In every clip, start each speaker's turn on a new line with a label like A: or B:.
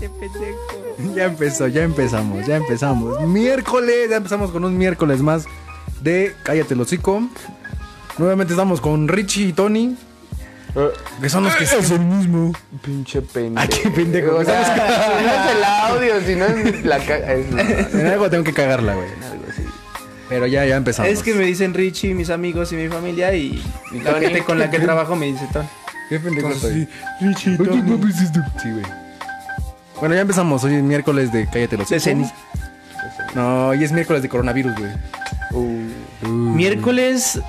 A: Qué pendejo.
B: Ya empezó, ya empezamos, ya empezamos. Miércoles, ya empezamos con un miércoles más de Cállate el hocico. Nuevamente estamos con Richie y Tony, que son los que es el mismo.
C: Eh, Pinche
B: Ah,
C: pendejo.
B: qué pendejo.
C: O sea, si no es el audio, si no es la caga. Es
B: En algo tengo que cagarla, güey.
C: algo así.
B: Pero ya, ya empezamos.
A: Es que me dicen Richie, mis amigos y mi familia y
C: Y
A: la
C: Tony.
A: gente con la que trabajo me dice Tony.
B: Qué pendejo
C: Entonces,
B: estoy. Richie, Tony. Sí, güey. Bueno, ya empezamos. Hoy es miércoles de Cállate el hocico.
A: De ceniza.
B: No, hoy es miércoles de coronavirus, güey.
C: Uh,
A: Miércoles,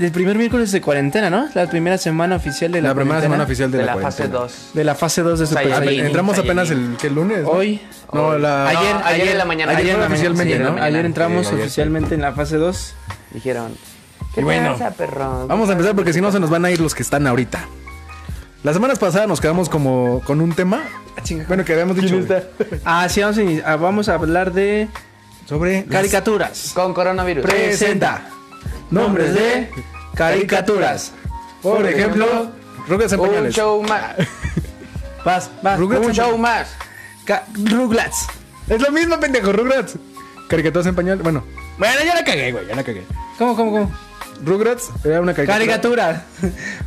A: el primer miércoles de cuarentena, ¿no? La primera semana oficial de la,
B: La primera
A: cuarentena.
B: semana oficial de,
C: de
B: la,
C: la fase
B: cuarentena. Pues,
C: 2.
A: De la fase 2 de Super
C: Saiyajin.
A: Saiyan.
B: Entramos apenas el ¿qué, lunes. ¿no?
A: Hoy.
B: No, la.
C: Ayer,
A: ayer,
C: ayer en la mañana.
A: Ayer,
B: Ayer
A: en la mañana,
B: oficialmente,
A: sí, ayer en la
B: ¿no?
A: mañana. Ayer entramos
B: Sí, ayer,
A: oficialmente en la fase 2.
C: Dijeron. ¿Qué
B: Y bueno,
C: pasa, perro?
B: Vamos a empezar porque si no se nos van a ir los que están ahorita. Las semanas pasadas nos quedamos como con un tema. Bueno, que habíamos dicho güey,
A: Ah, sí, vamos a, ini- ah, vamos a hablar de
B: sobre las
A: caricaturas.
C: Con coronavirus.
A: Presenta nombres de caricaturas.
B: Por ejemplo, Rugrats en
C: Un
B: pañales.
C: show más.
A: Vas, vas.
B: Rugrats
C: Un
B: en
C: show más.
A: Ca- Rugrats.
B: Es lo mismo, pendejo, Rugrats. Caricaturas en pañales. Bueno, bueno, ya la cagué, güey, ya la cagué.
A: ¿Cómo, cómo, cómo?
B: Rugrats era una caricatura.
A: Caricaturas.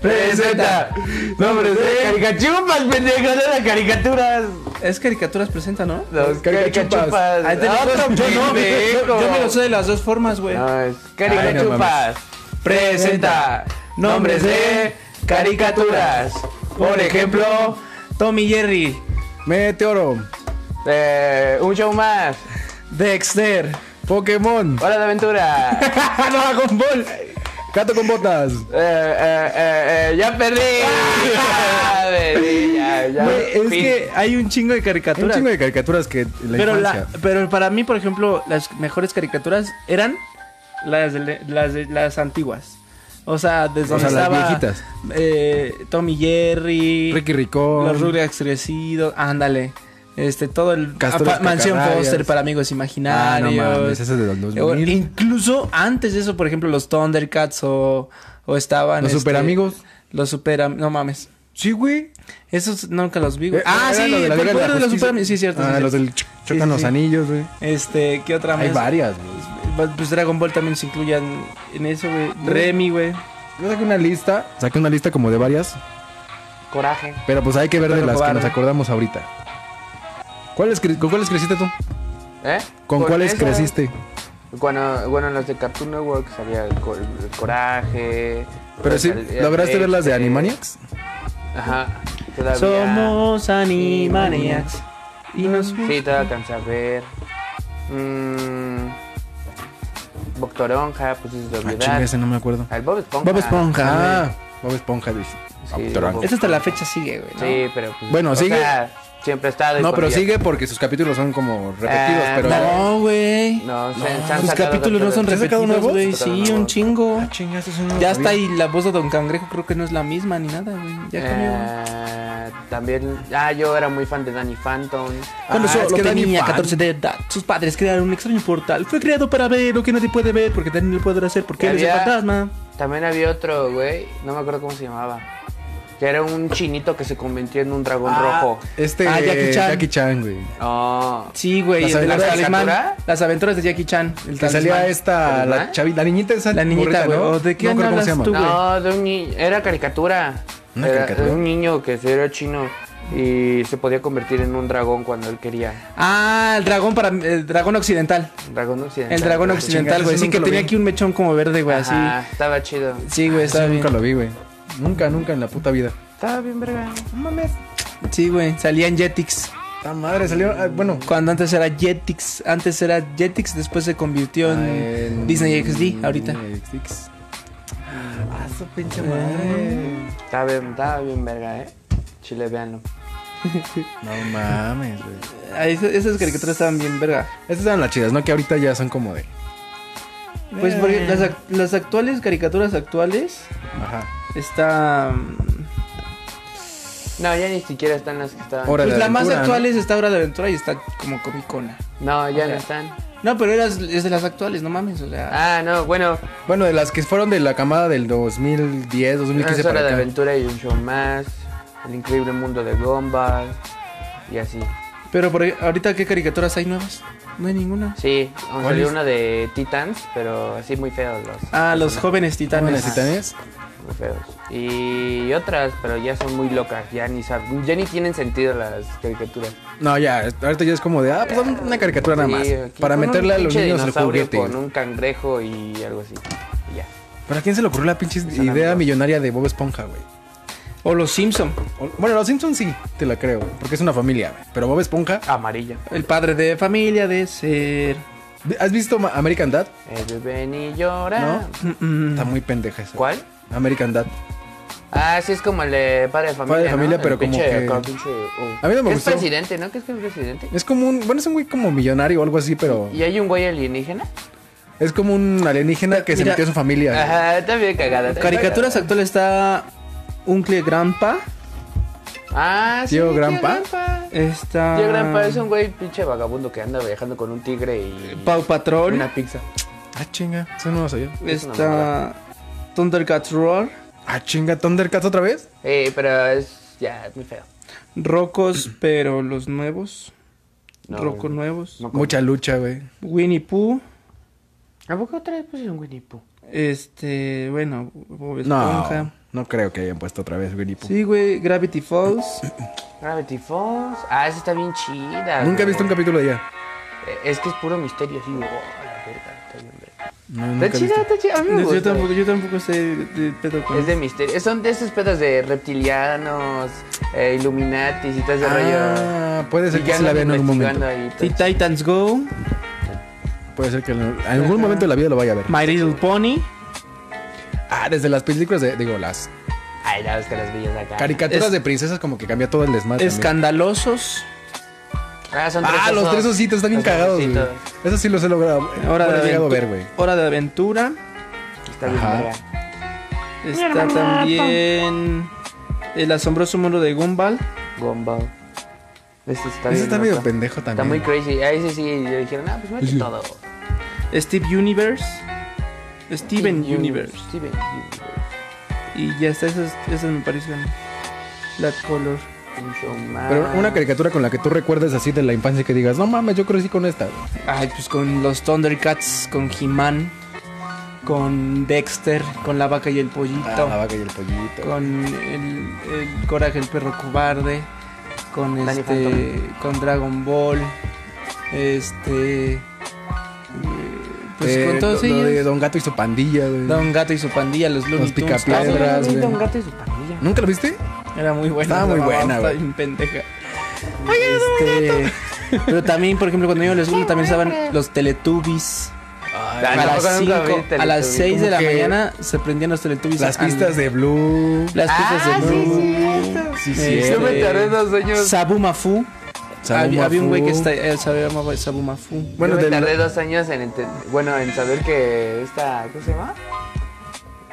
A: Presenta.
B: Nombres de
C: Caricachupas, pendejo. No las caricaturas.
A: Es caricaturas presenta, ¿no?
C: Los
B: Caricachupas.
C: caricachupas.
A: Ahí te lo-
C: Otro
A: yo, no, yo,
C: pendejo.
A: yo me lo sé de las dos formas, güey.
C: No, es
B: Ay, no
C: Caricachupas.
B: mames.
C: Presenta nombres de caricaturas.
A: Por ejemplo, Tommy Jerry,
B: Meteoro,
C: Eh, un show más.
A: Dexter,
B: Pokémon,
C: Hora de aventura. Eh,
B: Dragon Ball, Gato con botas.
C: eh, eh, eh, ya perdí. Ya perdí, ya, ya.
A: Güey, es
C: Fin.
A: que hay un chingo de
B: Un
A: caricaturas.
B: chingo de caricaturas que la
A: pero, la,
B: infancia.
A: pero para mí, por ejemplo, las mejores caricaturas eran las, de, las, de- las antiguas. O sea, desde
B: O sea,
A: donde
B: las
A: estaba
B: viejitas.
A: eh, Tommy Jerry,
B: Ricky Ricón.
A: los Rugrats crecidos, ándale. Este, todo el
B: Castores
A: apa- Mansión
B: Cacanarias.
A: Foster para amigos
B: Ah, no
A: imaginarios.
B: mames, ese es de los 2000.
A: E- Incluso antes de eso, por ejemplo, los Thundercats o, o estaban.
B: Los
A: este,
B: Superamigos.
A: Los super no mames.
B: Sí, güey.
A: Esos nunca los vi, güey.
B: Eh,
A: ah,
B: era
A: sí,
B: lo de la
A: el
B: Liga de la
A: recuerdo de los
B: Justicia.
A: Superamigos. Sí, cierto.
B: Ah,
A: sí,
B: los
A: cierto.
B: del ch- chocan
A: sí,
B: los
A: sí.
B: anillos, güey.
A: Este, ¿qué otra
B: Hay
A: más?
B: varias, güey.
A: Pues Dragon Ball también se incluye en, en eso, güey. Remy, güey.
B: Yo saqué una lista, saqué una lista como de varias,
C: Coraje.
B: pero pues hay que ver de
A: Pero
B: las que
A: cobarde.
B: nos acordamos ahorita. ¿Cuáles cre- ¿Con cuáles creciste tú?
C: ¿Eh?
B: ¿Con cuáles
C: esa-
B: creciste?
C: Bueno, bueno, en las de Cartoon Network había co- Coraje.
B: Pero sí,
C: salía
B: ¿lograste ver las de
C: Dexter.
B: Animaniacs? Ah,
C: Ajá. Todavía.
A: Somos Animaniacs. Y nos.
C: Sí, todavía alcancé a ver. Mmm. Bob Toronja, pues es de
B: Ah, chinga,
C: olvidar.
B: ese no me acuerdo.
C: Al Bob Esponja.
B: Bob Esponja.
C: Ah,
B: Ah, Bob Esponja, dice.
C: Sí,
B: Ah, tarán.
C: Bob-
A: Esta hasta la fecha sigue, güey. ¿no?
C: Sí, pero pues,
B: Bueno,
C: o
B: sigue.
C: sea, siempre ha estado. y
B: No, pero
C: cuando ya-
B: sigue porque sus capítulos son como repetidos,
C: Ah,
B: pero...
A: No, güey.
C: No, se- se han
A: Sus
C: sacado
A: capítulos no son
B: ¿Se han sacado
A: repetidos,
B: nuevos?
A: güey. Sí,
C: Sacaron
A: un
C: nuevos. Ah,
A: chingo.
B: chinga, eso
A: Ya está ahí la voz de Don Cangrejo, creo que no es la misma ni nada, güey. Ya cambió.
C: Eh, también, ah, yo era muy fan de Danny Phantom.
B: Cuando
A: ah,
B: solo
A: es que
B: tenía
A: tenía
B: fan.
A: 14 de edad, sus padres crearon un extraño portal. Fue creado para ver lo que nadie puede ver, porque nadie lo podrá hacer, porque
C: Y
A: él es el
C: había-
A: fantasma.
C: También había otro, güey, no me acuerdo cómo se llamaba. Que era un chinito que se convirtió en un dragón
A: Ah.
C: rojo.
B: Este
A: Ah, Jackie
B: Jackie
A: Chan.
B: Chan, güey.
C: Oh,
A: Sí, güey,
B: ¿Las
A: el de las
B: aventuras de
A: talismán.
C: Sakura?
A: Las aventuras de Jackie Chan. El
B: Que
A: talismán.
B: salía esta, la
C: ¿Talismán?
B: chavita, la niñita esa.
A: La niñita,
B: morrita,
A: güey,
B: ¿no?
A: o de qué
B: No me acuerdo
A: hablas
B: cómo se
A: tú.
B: llama.
C: no, de un ni- era caricatura.
B: ¿Una
C: era
B: caricatura?
C: de un niño que era chino y se podía convertir en un dragón cuando él quería.
A: Ah, el dragón para el dragón occidental.
C: Un dragón occidental.
A: El dragón occidental,
B: ese
A: güey. Sí,
B: nunca
A: que
B: lo
A: tenía
B: vi. Ah,
A: aquí un mechón como verde, güey, así.
C: Ajá, estaba chido.
A: Sí, güey,
B: Ese
A: estaba bien.
B: nunca lo vi, güey. Nunca, nunca en la puta vida.
C: Estaba bien verga.
B: Mames.
A: Sí, güey, salía en Jetix.
B: La madre salió. ah, bueno,
A: Cuando antes era Jetix, antes era Jetix, después se convirtió en
B: ah, en-
A: Disney XD ahorita.
B: Disney XD. Ah, su pinche madre.
C: Estaba bien, estaba bien verga, eh. Chile, véanlo.
B: No mames, güey.
A: Ah, esa- Esas caricaturas estaban bien verga.
B: Estas eran las chidas, ¿no? Que ahorita ya son como de.
A: Pues porque las, ac- las actuales caricaturas actuales
B: Ajá.
A: está
C: No, ya ni siquiera están las que estaban.
B: Hora
A: pues
B: de
A: la más
B: Aventura, ¿no?
A: actual es está Hora de Aventura y está como comicona.
C: No, ya no
A: Ok.
C: están.
A: No, pero eras, es de las actuales, no mames, o sea.
C: Ah, no, bueno,
B: Bueno, de las que fueron de la camada del 2010,
C: una
B: 2015
C: hora
B: para
C: Ah, de
B: acá.
C: aventura y un show más. El increíble mundo de Gumball. Y así.
A: Pero por ahí- ahorita, ¿qué caricaturas hay nuevas? No hay ninguna.
C: Sí, aún
B: ¿Cuál
C: salió
B: es?
C: una de Titans, pero así muy feos los.
A: Ah, los jóvenes titanes.
B: Jóvenes titanes.
C: Muy feos. Y otras, pero ya son muy locas. Ya ni, sab- ya ni tienen sentido las caricaturas.
B: No, ya, ahorita ya es como de, ah, pues dame una caricatura nada más.
C: Sí, aquí
B: para
C: con un
B: meterle a los
C: pinche
B: niños el
C: dinosaurio
B: juguete.
C: Con un cangrejo y algo así. Y ya.
B: ¿Pero a quién se le ocurrió la pinche
C: Son
B: idea
C: amigos.
B: millonaria de Bob Esponja, güey?
A: O los Simpson.
B: O- Bueno, los Simpsons sí, te la creo, porque es una familia, güey. Pero Bob Esponja,
C: Amarilla.
A: El padre de familia, de ser.
B: ¿has visto Ma- American Dad?
C: El ven y llora.
B: ¿No?
A: Mm, mm.
B: Está muy pendeja esa.
C: Ah. ¿Cuál?
B: American Dad.
C: Ah, sí, es como el de padre de familia.
B: Padre de
C: ¿no?
B: familia,
C: El
B: pero como
C: pinche-
B: que-
C: con pinche- uh.
B: A mí no me
C: Es
B: gustó.
C: presidente, ¿no? ¿Qué es que es presidente?
B: Es como un, bueno, es un güey como millonario o algo así, pero
C: ¿Y hay un güey alienígena?
B: es como un alienígena que se
A: Mira.
B: metió a su familia. güey.
C: Ajá, está bien cagada. está bien
A: Caricaturas
C: cagada.
A: actuales está Uncle Grandpa.
C: Ah, sí.
B: Tío Grampa.
A: Está.
C: Tío Grampa es un güey pinche vagabundo que anda viajando con un tigre y
A: Pau Patrol.
C: una pizza.
B: Ah, chinga, eso no lo sabía.
C: es una
A: Está. Thundercats Roar.
B: Ah, chinga, Thundercats otra vez.
C: Eh, pero es ya es muy feo.
A: Rocos, pero los nuevos.
C: Mm. No.
A: Rocos nuevos.
C: No como-
B: Mucha lucha, güey.
A: Winnie Pooh.
C: ¿A poco otra vez pusieron Winnie Pooh?
A: Este. Bueno, Bob Esponja.
B: No, no creo que hayan puesto otra vez Winnie Pooh.
A: Sí, güey. Gravity Falls.
C: Gravity Falls. Ah, esa está bien chida.
B: Nunca he visto un
C: güey.
B: capítulo de ella.
C: Eh, Es que es puro misterio, así. Oh, la verga, está bien, verga.
B: No,
C: Está
B: nunca he
C: chida,
B: visto.
C: está chida. A mí me
A: Yo
B: Pues,
C: gusta.
B: eh,
A: tampoco, yo tampoco sé de pedo con
C: Es de misterio. Son de esos pedos de reptilianos, eh, Illuminatis y todo ese rollo.
B: Ah, puede ser
C: Y
B: que
C: ya
B: sí la vea en
C: andan
B: algún momento.
C: investigando ahí, pues.
A: Sí,
C: todo.
A: Titans Go,
B: Puede ser que en algún momento de la vida lo vaya a ver.
A: My Little Pony,
B: Ah, desde las películas de, digo, las
C: Ay, la vez que las villas acá.
B: caricaturas
A: Es-
B: de princesas como que cambia todo el desmadre. Ah, también.
A: Escandalosos,
C: Ah, son
A: pues
B: Ah, los tres ositos están bien
C: Los tres
B: cagados, güey.
C: ositos.
B: Eso sí los he logrado.
A: Hora
B: bueno, he
A: de,
B: llegado a
A: Aventu-
B: ver, güey.
A: Hora de Aventura,
C: Está bien,
B: Ajá.
C: verga.
A: está también El asombroso mundo de Gumball,
C: Gumball. Este
B: Ese
C: está bien
B: está medio
C: loco.
B: pendejo
C: Está
B: también.
C: muy crazy. Ahí sí, sí, le dijeron, ah, pues mete
B: Sí.
C: todo.
A: Steve Universe, Steven
C: Steven
A: Universe,
C: Steven Universe.
A: y ya está, esas, esas me parecen la color.
C: Mucho más.
B: Pero una caricatura con la que tú recuerdes así de la infancia que digas, no mames, yo crecí con esta. güey".
A: Ay, pues con los Thundercats, con He-Man, con Dexter, con la vaca y el
B: Ah,
A: pollito.
B: la vaca y el pollito.
A: con el, el coraje el perro cobarde con
C: Danny
A: este con Dragon Ball este eh, pues
B: Eh,
A: con todos
B: lo- lo de
A: ellos
B: Don Gato y su pandilla, güey.
A: Don Gato y su pandilla los Looney
B: Los
A: Tunes,
C: Ah, sí,
B: Picapiedras,
C: sí,
B: güey.
C: Don Gato y su pandilla.
B: ¿Nunca lo viste?
A: todo. era muy buena
B: Estaba muy
A: esa
B: buena,
A: estaba
B: güey.
A: bien pendeja Este, pero también por ejemplo cuando yo les gusta también estaban los Teletubbies
C: Ah,
A: a las
C: tampoco nunca vi
A: 5 a
C: Teletubbies.
A: las 6 de
B: Como
A: la
B: que
A: mañana se prendían los Teletubbies
B: Las
A: and-
B: pistas de Blue.
A: las pistas
C: Ah,
A: de
C: sí,
A: Blue.
C: cierto.
B: Sí,
A: Este,
B: cierto.
C: Yo me tardé dos años.
A: Sabumafu.
B: Sabu
A: había, había un güey que
B: Mafu.
A: está, él se llamaba Sabumafu.
B: Bueno,
C: Bueno,
B: del-
C: tardé dos años en, enten- bueno, en saber que esta. ¿Cómo se llama?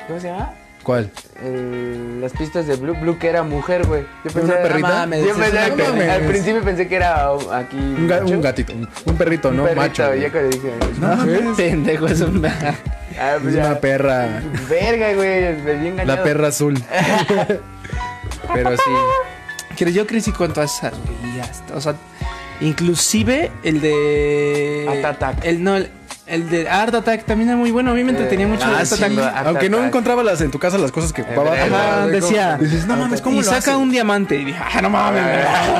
C: ¿Cómo se llama?
B: ¿Cuál?
C: El- las pistas de Blue. Blue que era mujer, güey. Yo "Ah,
B: ¿Una perrita?
A: mames,
C: yo pensé-
A: es
B: una perrita.
C: al principio pensé que era oh, aquí.
B: Un, ga-
C: macho,
B: un gatito, un, un perrito,
C: un
B: ¿no?
C: perrito,
B: Macho. güey.
C: Ya cuando dije.
B: No,
A: Qué
B: es
A: Ah, pendejo es un.
C: Ah,
B: es
C: pues ya.
B: una perra.
C: Verga, güey. Me vi engañado.
B: La perra azul. Pero sí.
A: Pero yo crecí con todas esas veías. O sea, inclusive el de.
C: Art Attack.
A: El no, el, el de Art Attack también era muy bueno. A mí me entretenía
C: Eh,
A: mucho
C: ah,
A: Art
C: sí,
A: Attack.
C: lo- Art
B: Aunque no
C: Attack.
B: encontraba las, en tu casa las
A: Eh,
B: cosas que ocupabas.
C: verdad.
A: Ajá,
B: Ajá,
A: decía.
B: Dices, no mames, ¿cómo
A: y
B: lo
A: saca
B: hace?
A: un diamante. Y dije, ah, no mames.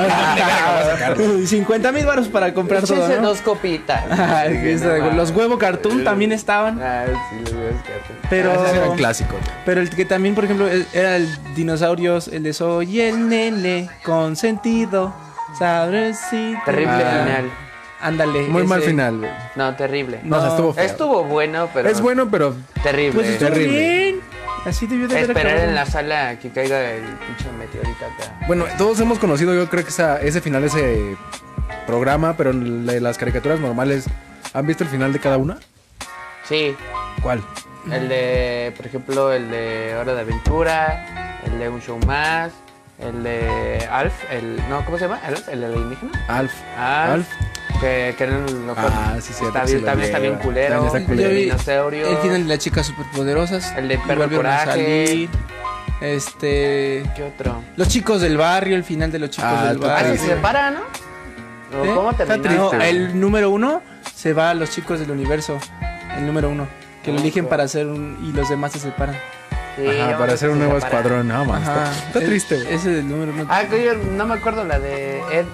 A: güey". 50 mil baros para comprar
C: Échense
A: todo. ¿no?
C: dos copitas.
A: Ajá, esa- los huevo cartoon también estaban.
C: Ah, sí, los huevos cartoon. Ah,
A: Pero.
B: Esos eran clásicos.
A: Pero el que también, por ejemplo, el- era el dinosaurios, el de Soy el nene consentido, sabrosito.
C: Terrible
B: Ah.
C: final.
A: Ándale.
B: Muy mal
A: ese.
B: final, güey.
C: No, terrible.
B: No, o sea, estuvo feo.
C: Estuvo bueno, pero.
B: Es bueno, pero
C: Terrible.
A: Pues estuvo
B: Terrible.
A: bien. Así debió de haber
C: Esperar
A: acabado.
C: en la sala que caiga el pinche meteorito acá.
B: bueno, todos hemos conocido, yo creo que esa- ese final, ese programa, pero en la- las caricaturas normales, ¿han visto el final de cada una?
C: Sí,
B: ¿Cuál?
C: el de, por ejemplo, el de Hora de Aventura, el de Un Show Más, el de Alf, el. No, ¿cómo se llama? Alf, el alienígena.
B: Alf.
C: Alf. Que, que eran locos.
B: Ah, sí, cierto,
C: Está
B: sí
C: bien,
B: lo
C: también está bien
B: lleva.
C: culero.
B: También está
C: El
B: culero.
C: de
A: Yo vi
C: dinosaurio.
A: El final de las chicas superpoderosas.
C: El de
A: y
C: Perro
A: volvieron a
C: Coraje.
A: salir. Este.
C: ¿Qué otro?
A: Los chicos del barrio, el final de los chicos
B: Ah,
A: del
B: tú
C: Ah,
A: barrio. ¿Eh?
C: se
B: sí.
C: separa, ¿no? No, Ah, ¿Cómo
A: Está
C: terminaste?
A: triste.
C: No,
A: el número uno se va a los chicos del universo. El número uno. Que lo
C: Ah,
A: eligen
C: ok.
A: para hacer un. Y los demás se separan.
C: Sí,
B: Ajá,
C: ahora
B: para hacer
C: sí
B: un
C: se
B: nuevo
C: separa.
B: escuadrón. No, man,
A: Ajá.
B: está, está
A: Es-
B: triste, güey.
A: Ese es el número uno.
C: Ah, que yo no me acuerdo la de Ed.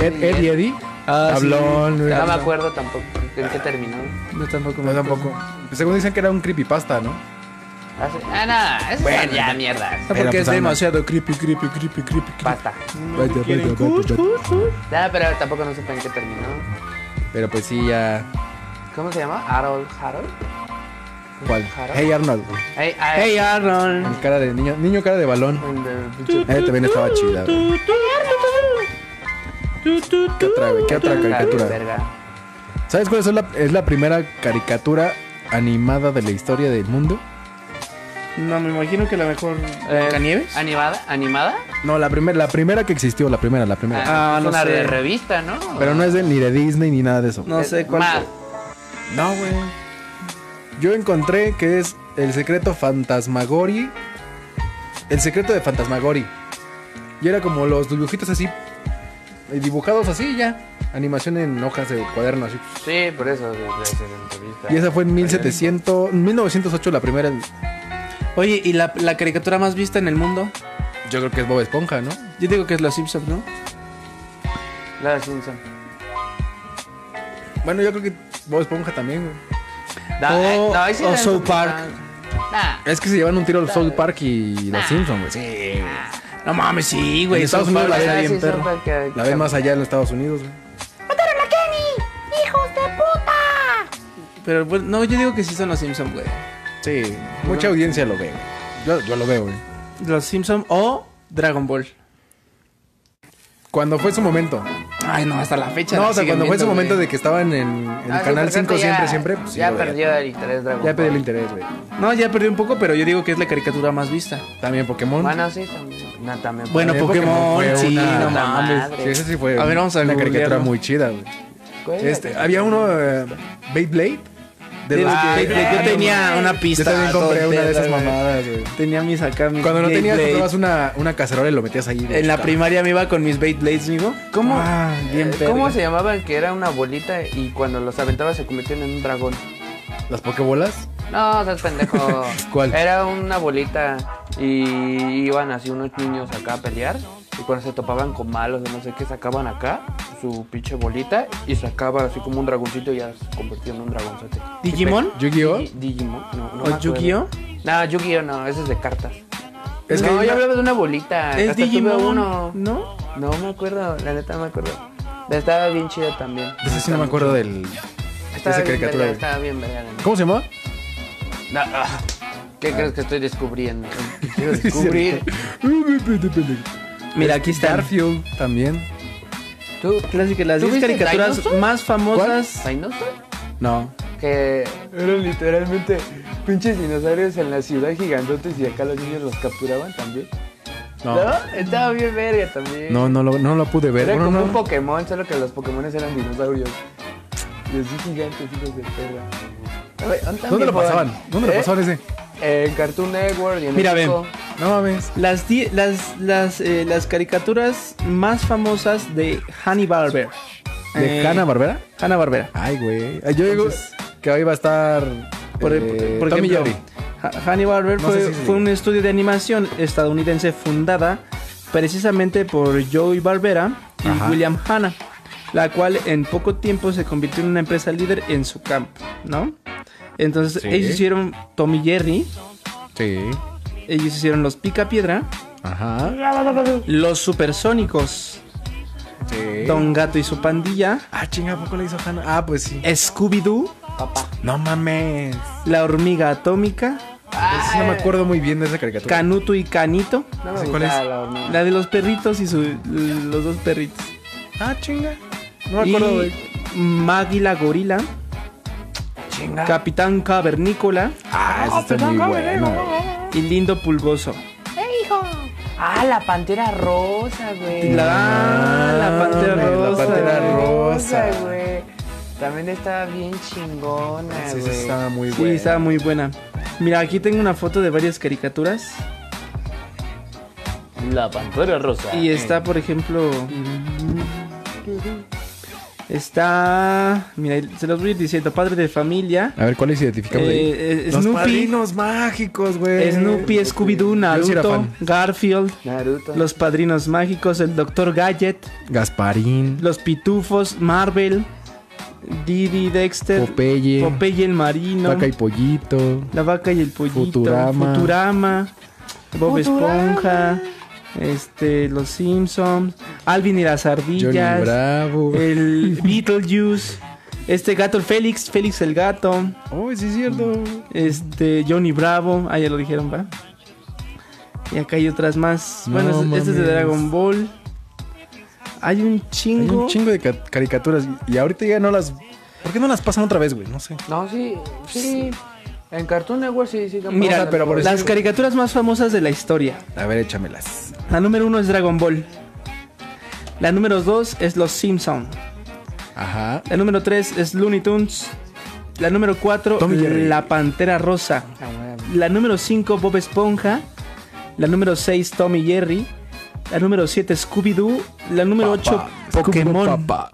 B: Ed, Ed y Eddie.
A: Ah, sí.
B: Tablón, güey.
C: No me acuerdo tampoco en qué terminó.
A: No tampoco. me
B: No,
A: acuerdo.
B: tampoco. Según dicen que era un creepypasta, ¿no?
C: Ah, sí. Ah, no, eso
B: Bueno.
C: ya mierda.
A: No,
B: Era,
A: porque
B: pues,
A: es
B: ah, no.
A: demasiado creepy, creepy, creepy, creepy. creepy.
C: Basta.
B: Vaya, vaya,
A: ¿Quieren
B: vaya,
A: cuch,
B: vaya.
A: cuch, cuch?
C: Nada, pero tampoco no supe en qué terminó.
B: Pero pues sí, ya.
C: ¿Cómo se llama? Harold. Harold.
B: ¿Cuál?
C: Claro.
B: Hey Arnold.
C: Hey, ah,
A: Hey Arnold.
B: El cara de niño, niño cara de balón.
C: en el pinche-
B: Eh, también estaba chida, güey. ¿Qué otra, güey? ¿Qué otra caricatura?
C: Verga.
B: ¿Sabes cuál es la, es la primera caricatura animada de la historia del mundo?
A: No, me imagino que la mejor.
B: Eh,
A: ¿Blancanieves?
C: ¿Animada? ¿Animada?
B: No, la, primera la primera que existió, la primera, la primera.
A: Ah,
C: es
A: no
C: una
A: sé.
C: de revista, ¿no?
B: Pero no es de, ni de Disney ni nada de eso.
A: No
C: Es
A: sé cuál.
C: más,
B: No, güey. Yo encontré que es el secreto Fantasmagori. El secreto de Fantasmagori. Y era como los dibujitos así. eh, Dibujados así ya. Animación en hojas de cuaderno así.
C: Sí, por eso de, de ser en revista.
B: Y esa fue en 1700, 1908 la primera.
A: Oye, ¿y la, la caricatura más vista en el mundo?
B: Yo creo que es Bob Esponja, ¿no?
A: Yo digo que es Los Simpsons, ¿no?
C: La de Simpson.
B: Bueno, yo creo que Bob Esponja también, güey. Oh,
A: O-
C: eh, ahí
A: o
C: la
A: South
C: de Simpson. ah,
A: Park.
C: Nah.
B: Es que se llevan un tiro al South Park y los Simpsons, güey. Sí.
A: No mames, sí,
B: En
A: güey.
B: Estados
A: son
B: Unidos la
A: padres.
B: ven
C: sí,
B: bien
C: South
B: perro.
C: Park, que-
B: La ven más allá en los Estados Unidos, güey.
A: Pero bueno, no, yo digo que sí son Los Simpsons, güey.
B: Sí. Mucha audiencia lo ve, güey. Yo, yo lo veo, güey.
A: Los Simpsons o Dragon Ball.
B: Cuando fue su momento.
A: Ay, no, hasta la fecha.
B: No,
A: la
B: o sea,
A: siguen
B: cuando fue su
A: viendo,
B: momento
A: güey.
B: de que estaban en en el
C: Ah, sí,
B: canal
C: por
B: 5
C: ejemplo,
B: siempre,
C: ya-
B: siempre. pues, sí,
C: ya
B: lo veía.
C: perdió el interés Dragon
B: Ya perdió el
C: Ball.
B: interés, güey.
A: No, ya perdí un poco, pero yo digo que es la caricatura más vista.
B: También Pokémon.
C: Bueno, sí, también. No, también.
A: Bueno,
B: También
A: Pokémon,
B: fue
A: sí,
B: una-
A: no
B: la
A: mames.
B: madre. Sí, esa sí fue
A: A ver, vamos a
B: una
A: googlearlo.
B: caricatura muy chida, güey.
C: ¿Cuál era?
B: Este, había uno, eh, Beyblade. De
A: Digo
B: los
A: que-
B: Beyblade.
A: Ah, yo tenía una
B: Yo
A: pista.
B: también compré
A: todo
B: una de
A: pedo,
B: esas
A: güey.
B: mamadas, güey.
A: Tenía mis acá, mis
B: Cuando no tenías,
A: Beyblades.
B: comprabas una, una cacerola y lo metías ahí. güey.
A: En la primaria me iba con mis Beyblades, mijo. ¿Cómo?
B: Ah,
A: bien
C: Eh, ¿Cómo
A: verga.
C: se llamaban? Que era una bolita y cuando los aventaba se convertían en un dragón.
B: Las Pokébolas.
C: No, seas pendejo.
B: ¿Cuál?
C: Era una bolita y iban así unos niños acá a pelear. Y cuando se topaban con malos de no sé qué, sacaban acá su pinche bolita y sacaba así como un dragoncito y ya se convertía en un dragonzote.
A: ¿Digimon?
B: Yu-Gi-Oh.
C: Digi- Digimon, no, no
A: ¿O
C: me acuerdo.
A: Yu-Gi-Oh?
C: No, Yu-Gi-Oh no, ese es de cartas.
B: Es que
C: no,
B: hay una-
C: yo hablaba de una bolita.
A: ¿Es
C: hasta tuve
A: Digimon?
C: uno.
A: ¿No?
C: No me acuerdo, la neta no me acuerdo. Estaba bien chido también.
B: Ese sí no me acuerdo del.
C: Estaba
B: esa
C: bien
B: caricatura,
C: verga,
B: güey.
C: estaba bien verga. la neta.
B: ¿Cómo se llamaba?
C: No, ah, ¿Qué crees que estoy descubriendo? ¿Qué quiero descubrir?
A: Mira, aquí está.
B: Garfield también.
C: ¿Tú?
A: Clásica, las
C: ¿Tú
A: 10
C: viste
A: caricaturas
C: Dinosaur?
A: más famosas.
C: ¿Dinosaur?
B: No.
C: Que eran literalmente pinches dinosaurios en la ciudad gigantotes y acá los niños los capturaban también. ¿No?
B: No.
C: Estaba bien verga también.
B: No, no lo, no lo pude ver.
C: Era
B: Bueno,
C: como
B: no.
C: un Pokémon, solo que los Pokémon eran dinosaurios. Y así gigantes, hijos de perra. A ver,
B: ¿Dónde lo
C: también
B: pasaban?
C: fueron?
B: ¿Dónde lo
C: ¿Eh?
B: pasaban ese?
C: En Cartoon Network y en
A: Mira,
C: México.
A: ven.
B: No mames.
A: Las, die- las, las, eh, las caricaturas más famosas de Hanna Barber.
B: ¿De
A: Eh.
B: Hanna Barbera?
A: Hanna Barbera.
B: Ay, güey. Ay, Yo digo
A: Entonces-
B: que hoy va a estar.
A: Por,
B: eh,
A: por
B: Tommy
A: ejemplo,
B: Jerry.
A: Hanna Barber
B: No sé
A: fue,
B: si se
A: fue
B: diga.
A: un estudio de animación estadounidense fundada precisamente por Joey Barbera y
B: Ajá.
A: William Hanna, la cual en poco tiempo se convirtió en una empresa líder en su campo, ¿no? Entonces
B: Sí.
A: ellos hicieron Tommy Jerry,
B: Sí.
A: ellos hicieron los Pica Piedra,
B: Ajá.
A: los Supersónicos,
B: Sí.
A: Don Gato y su pandilla,
B: Ah, chinga, ¿a poco le hizo Hanna? Ah, pues sí.
A: Scooby-Doo,
C: Papá.
B: No mames.
A: La Hormiga Atómica,
B: Ese sí no me acuerdo muy bien de esa caricatura.
A: Canuto y Canito,
C: No me
B: ¿Ese cuál
C: gustaba
B: es?
C: la hormiga.
A: la de los perritos y su- los dos perritos.
B: ah, chinga. No me acuerdo, güey.
A: y Máguila Gorila,
C: Chinga.
A: Capitán Cavernícola
B: Ah, esa está muy buena. güey.
A: y Lindo Pulgoso.
C: Ah, la pantera rosa, güey.
A: La, la Pantera
B: mames, Ah, la
A: Rosa.
B: Pantera Rosa.
C: güey. También estaba bien chingona,
B: Sí,
C: güey.
B: esa estaba muy
A: Sí,
B: buena.
A: estaba muy buena. Mira, aquí tengo una foto de varias caricaturas.
C: La pantera rosa.
A: Y está, por ejemplo, Está. Mira, se los voy a ir diciendo. Padre de familia.
B: A ver, ¿cuáles identificamos de ahí?
A: eh, eh,
B: Los
A: Snoopy.
B: padrinos mágicos, güey.
A: Snoopy, Scooby-Doo,
B: Yo sí era
A: Naruto,
B: fan.
A: Garfield,
C: Naruto.
A: Los Padrinos Mágicos, el Doctor Gadget,
B: Gasparín.
A: Los Pitufos, Marvel, Didi, Dexter,
B: Popeye.
A: Popeye el Marino,
B: Vaca y pollito.
A: La Vaca y el Pollito,
B: Futurama.
A: Futurama, Bob Esponja, este, Los Simpsons, Alvin y las
B: Johnny
A: Ardillas,
B: Bravo.
A: el Beetlejuice, este gato Félix, Félix el Gato,
B: Oh, sí es cierto.
A: Este, Johnny Bravo, ah, ya lo dijeron, ¿va? Y acá hay otras más.
B: No
A: bueno, este- este es de
B: mames.
A: Dragon Ball. Hay un
B: Hay
A: chingo.
B: un chingo de ca- caricaturas. Y y ahorita ya no las. ¿Por qué no las pasan otra vez, güey? No sé.
C: No, sí, sí. En Cartoon Network sí, sí.
A: Mira,
C: pasan
B: pero por
C: las-
A: Las caricaturas más famosas de la historia.
B: A ver, échamelas.
A: La número uno es Dragon Ball. La número dos es Los Simpson.
B: Ajá.
A: La número tres es Looney Tunes. La número cuatro,
B: Tom y Jerry.
A: La Pantera Rosa.
C: Ah, bueno.
A: La número 5, Bob Esponja. La número 6, Tommy Jerry. La número 7, Scooby-Doo. La número 8, Pokémon.
B: Papá.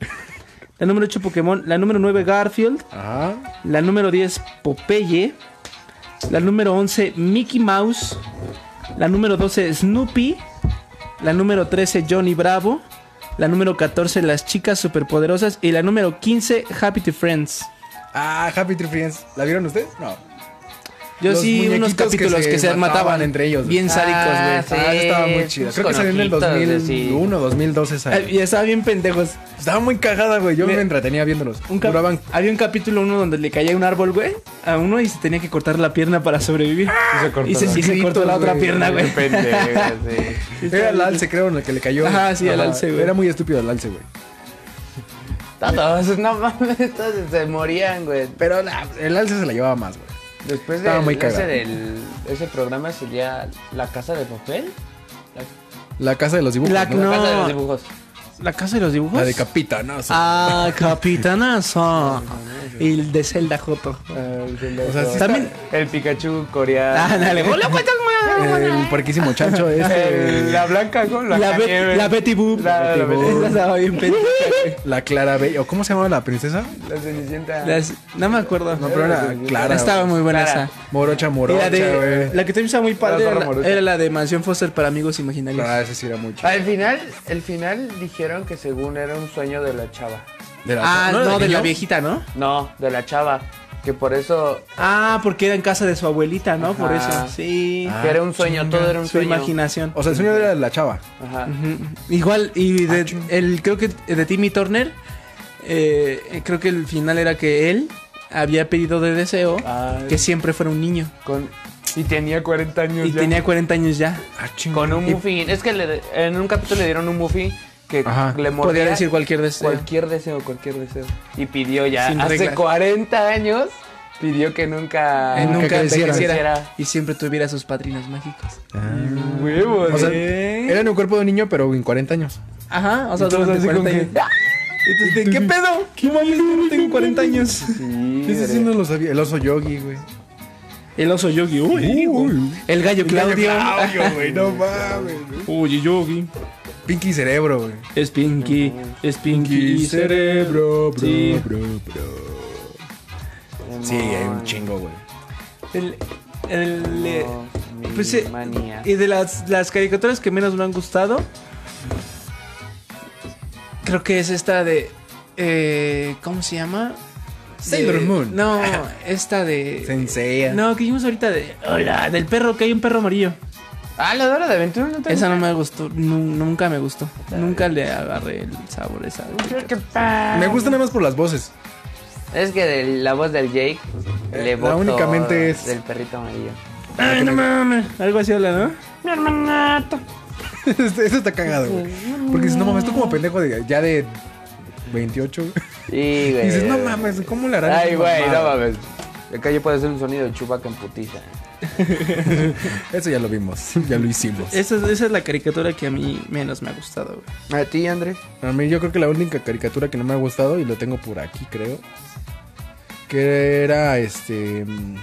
A: La número 8, Pokémon. La número 9, Garfield.
B: Ajá.
A: La número 10, Popeye. La número 11, Mickey Mouse. La número 12, Snoopy. La número 13, Johnny Bravo. La número 14, Las Chicas Superpoderosas. Y la número 15, Happy to Friends.
B: Ah, Happy Tree Friends. ¿La vieron ustedes? No.
A: Yo
B: Los
A: sí, unos
B: muñequitos que
A: capítulos que se,
B: se
A: mataban,
B: mataban entre ellos.
A: Bien sádicos, güey.
C: Ah, sí.
B: Ah, estaba muy chida. Creo
C: pues
B: que
C: con
B: salió en el
C: ojitos,
B: 2001, 2002 esa.
A: Ay, Y estaban bien pendejos.
B: Estaba muy cagada, güey. Yo
A: Mira,
B: me entretenía viéndolos.
A: Un cap-
B: Duraban
A: Había un capítulo uno donde le caía un árbol, güey, a uno y se tenía que cortar la pierna para sobrevivir. Y se, y se
B: Gritos,
A: cortó la otra
B: Ah, güey.
A: pierna, güey.
C: Pendejas, sí.
B: Era el alce, creo, en el que le cayó.
A: Ajá, sí, el alce, güey.
B: Era muy estúpido el alce, güey.
C: Todos, no mames, todos se morían, güey.
B: Pero la- el alce se la llevaba más, güey.
C: Después de
B: Estaba muy
C: ese,
B: cagado.
C: del, ese programa sería La Casa de Papel.
B: La casa de los dibujos.
A: La-
B: ¿no?
A: No.
C: La Casa de los Dibujos.
A: ¿La casa de los dibujos?
B: La de Capita, ¿no? O sea,
A: Ah, capitanazo. Y el de Zelda Joto.
B: o sea, sí
A: También.
C: El Pikachu coreano.
A: Ah, dale. Hola,
B: está- el parquísimo chancho este.
C: la blanca con la,
A: La, Bet-
C: nieve.
A: la Betty Boop.
C: La- la Betty Boop.
A: Esa estaba bien pendeja, güey.
B: la Clara Bella. ¿o ¿Cómo se llamaba la princesa?
C: La Cenicienta.
A: Las- No me acuerdo.
B: No, pero era Clara.
A: Estaba
B: güey.
A: muy buena
C: Clara.
A: esa.
B: Morocha,
A: Y
B: morocha,
A: la, de,
B: güey.
A: la que también estaba muy padre
C: La zorra
A: era la,
C: morocha.
A: era la de Mansión Foster para amigos imaginarios.
B: Claro, ese sí era mucho.
C: Al final, Ah, el final dijeron que según era un sueño de la chava.
B: De
A: Ah, no,
B: era
A: de la
B: niños?
A: viejita, ¿no?
C: No, de la chava. Que por eso
A: Ah, porque era en casa de su abuelita, ¿no? Por
C: Ajá.
A: eso. Sí.
B: Ah,
C: que era un sueño, todo era un
A: su
C: sueño.
A: imaginación.
B: O sea, el sueño era de la chava.
C: Ajá.
A: Ujú. Igual, y de, el, creo que de Timmy Turner, eh, eh, creo que el final era que él había pedido de deseo
C: Ay.
A: que siempre fuera un niño.
C: Con- y tenía 40 años
A: Y
C: ya.
A: tenía 40 años ya.
B: Ah, chinga.
C: Con un
B: Y-
C: muffin. Es que le- en un capítulo le dieron un muffin que
B: Ajá.
C: le mordía
A: Podía decir cualquier deseo.
C: cualquier deseo, cualquier deseo. Y pidió ya,
A: Sin
C: hace
A: reglas.
C: 40 años, pidió que nunca...
A: Eh, nunca
B: nunca
A: creciera.
B: creciera.
C: creciera.
A: Y siempre tuviera sus padrinos mágicos.
B: Ah.
C: Huevos.
B: O sea,
A: ¿Eh?
B: era en un cuerpo de un niño, pero en 40 años.
A: Ajá, o sea,
C: Entonces,
A: durante
C: así como
A: 40 años. Entonces, ¿de ¿Qué pedo? ¿Qué mames? Yo no tengo 40 años.
C: Sí,
B: Ese sí no lo sabía. El oso yogi, güey.
A: El oso Yogi. Uy,
B: Uy.
A: El gallo Claudio.
B: Claudio, güey. No mames. güey.
A: Oye, Yogi.
B: Pinky cerebro, güey.
A: Es Pinky, es Pinky
B: Pinky cerebro, bro,
A: Sí.
B: bro, bro. Sí, hay un chingo, güey.
A: El, el, eh,
C: Mi
A: pues, eh,
C: manía.
A: y de las, las caricaturas que menos me han gustado, creo que es esta de. eh, ¿Cómo se llama?
B: Sailor
A: De-
B: Moon.
A: No, esta de.
B: Sensei.
A: No, que vimos ahorita de. Hola, del perro, que hay un perro amarillo.
C: Ah, la Dora de Aventura no te
A: Esa no me gustó, nu- nunca me gustó. Nunca le agarré el sabor a esa.
C: gusta. Qué pa-
B: Me gusta nada más por las voces.
C: Es que de la voz del Jake le
B: Eh, la
C: boto
B: únicamente es-
C: del perrito amarillo.
A: Ay, no mames. Algo así habla, ¿no?
C: Mi hermanato.
B: Eso está cagado, güey. Porque dices, no mames, tú como pendejo de, ya de 28, güey.
C: Y, güey.
B: Dices, no mames, ¿cómo le harán?
C: Ay,
B: esa
C: güey, no
B: mamada?
C: mames. Acá yo puedo hacer un sonido de chubaca en putiza.
B: Eso ya lo vimos, ya lo hicimos.
A: Esa, es- esa es la caricatura que a mí menos me ha gustado, güey.
C: ¿A ti, Andrés?
B: A mí yo creo que la única caricatura que no me ha gustado, y lo tengo por aquí, creo, que era este... mm,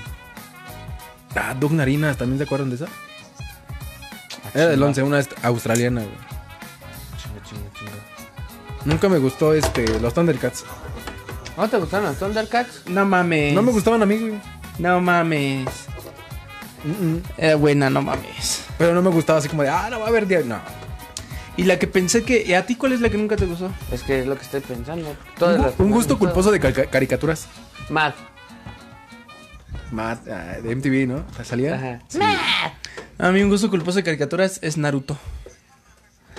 B: Ah, Doug Narinas, ¿también se acuerdan de esa? Era del 11, una est- australiana, güey.
C: Ah, chinga, chinga.
B: Nunca me gustó este, los Thundercats.
C: ¿No te gustaron los Thundercats?
A: No mames.
B: No me gustaban a mí, güey.
A: No mames.
B: Mm, mm.
A: Era buena, no mames.
B: Pero no me gustaba así como de, ah, no va a haber día. No.
A: Y la que pensé que. ¿A ti cuál es la que nunca te gustó?
C: Es que es lo que estoy pensando. Todas
B: Un,
C: las
B: gu-
C: que
B: un
C: me
B: gusto
C: han
B: culposo de calca- caricaturas.
C: gustado. Mad.
B: Matt, ah, de MTV, ¿no? ¿Salía?
C: Ajá.
A: A mí un gusto culposo de caricaturas es Naruto.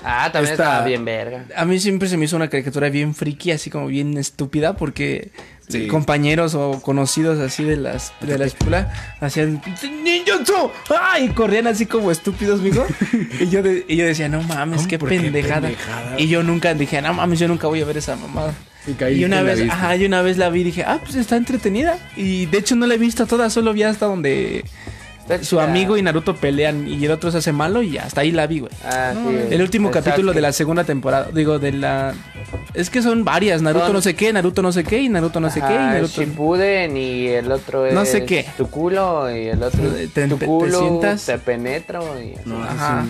C: Ah, también
B: Esta-
C: estaba bien verga.
A: A mí siempre se me hizo una caricatura bien friki, así como bien estúpida, porque
B: Sí.
A: compañeros o conocidos así de las de la escuela hacían ninjutsu ¡Ay! y corrían así como estúpidos, mijo. y yo de- y yo decía, "No mames,
B: ¿Cómo?
A: qué
B: ¿Por qué
A: pendejada.
B: pendejada?
A: Y yo nunca dije, "No mames, yo nunca voy a ver esa mamada."
B: Y caíste
A: Y una
B: en la
A: vez,
B: vista.
A: ajá, y una vez la vi y dije, "Ah, pues está entretenida." Y de hecho no la he visto toda, solo vi hasta donde
C: Está
A: su
C: chida.
A: amigo y Naruto pelean y el otro se hace malo y hasta ahí la vi, güey.
C: Ah, sí.
A: El último
C: Exacto.
A: capítulo de la segunda temporada, digo, de la... Es que son varias, Naruto
C: Son-
A: no sé qué, Naruto no sé qué, y Naruto no sé qué, y
C: Ajá, el
A: Naruto...
C: Shippuden y el otro es
A: No sé qué.
C: tu culo y el otro es
A: Te-
C: tu
A: te
C: culo,
A: sientas.
C: te penetro y así.
B: No,
A: Ajá.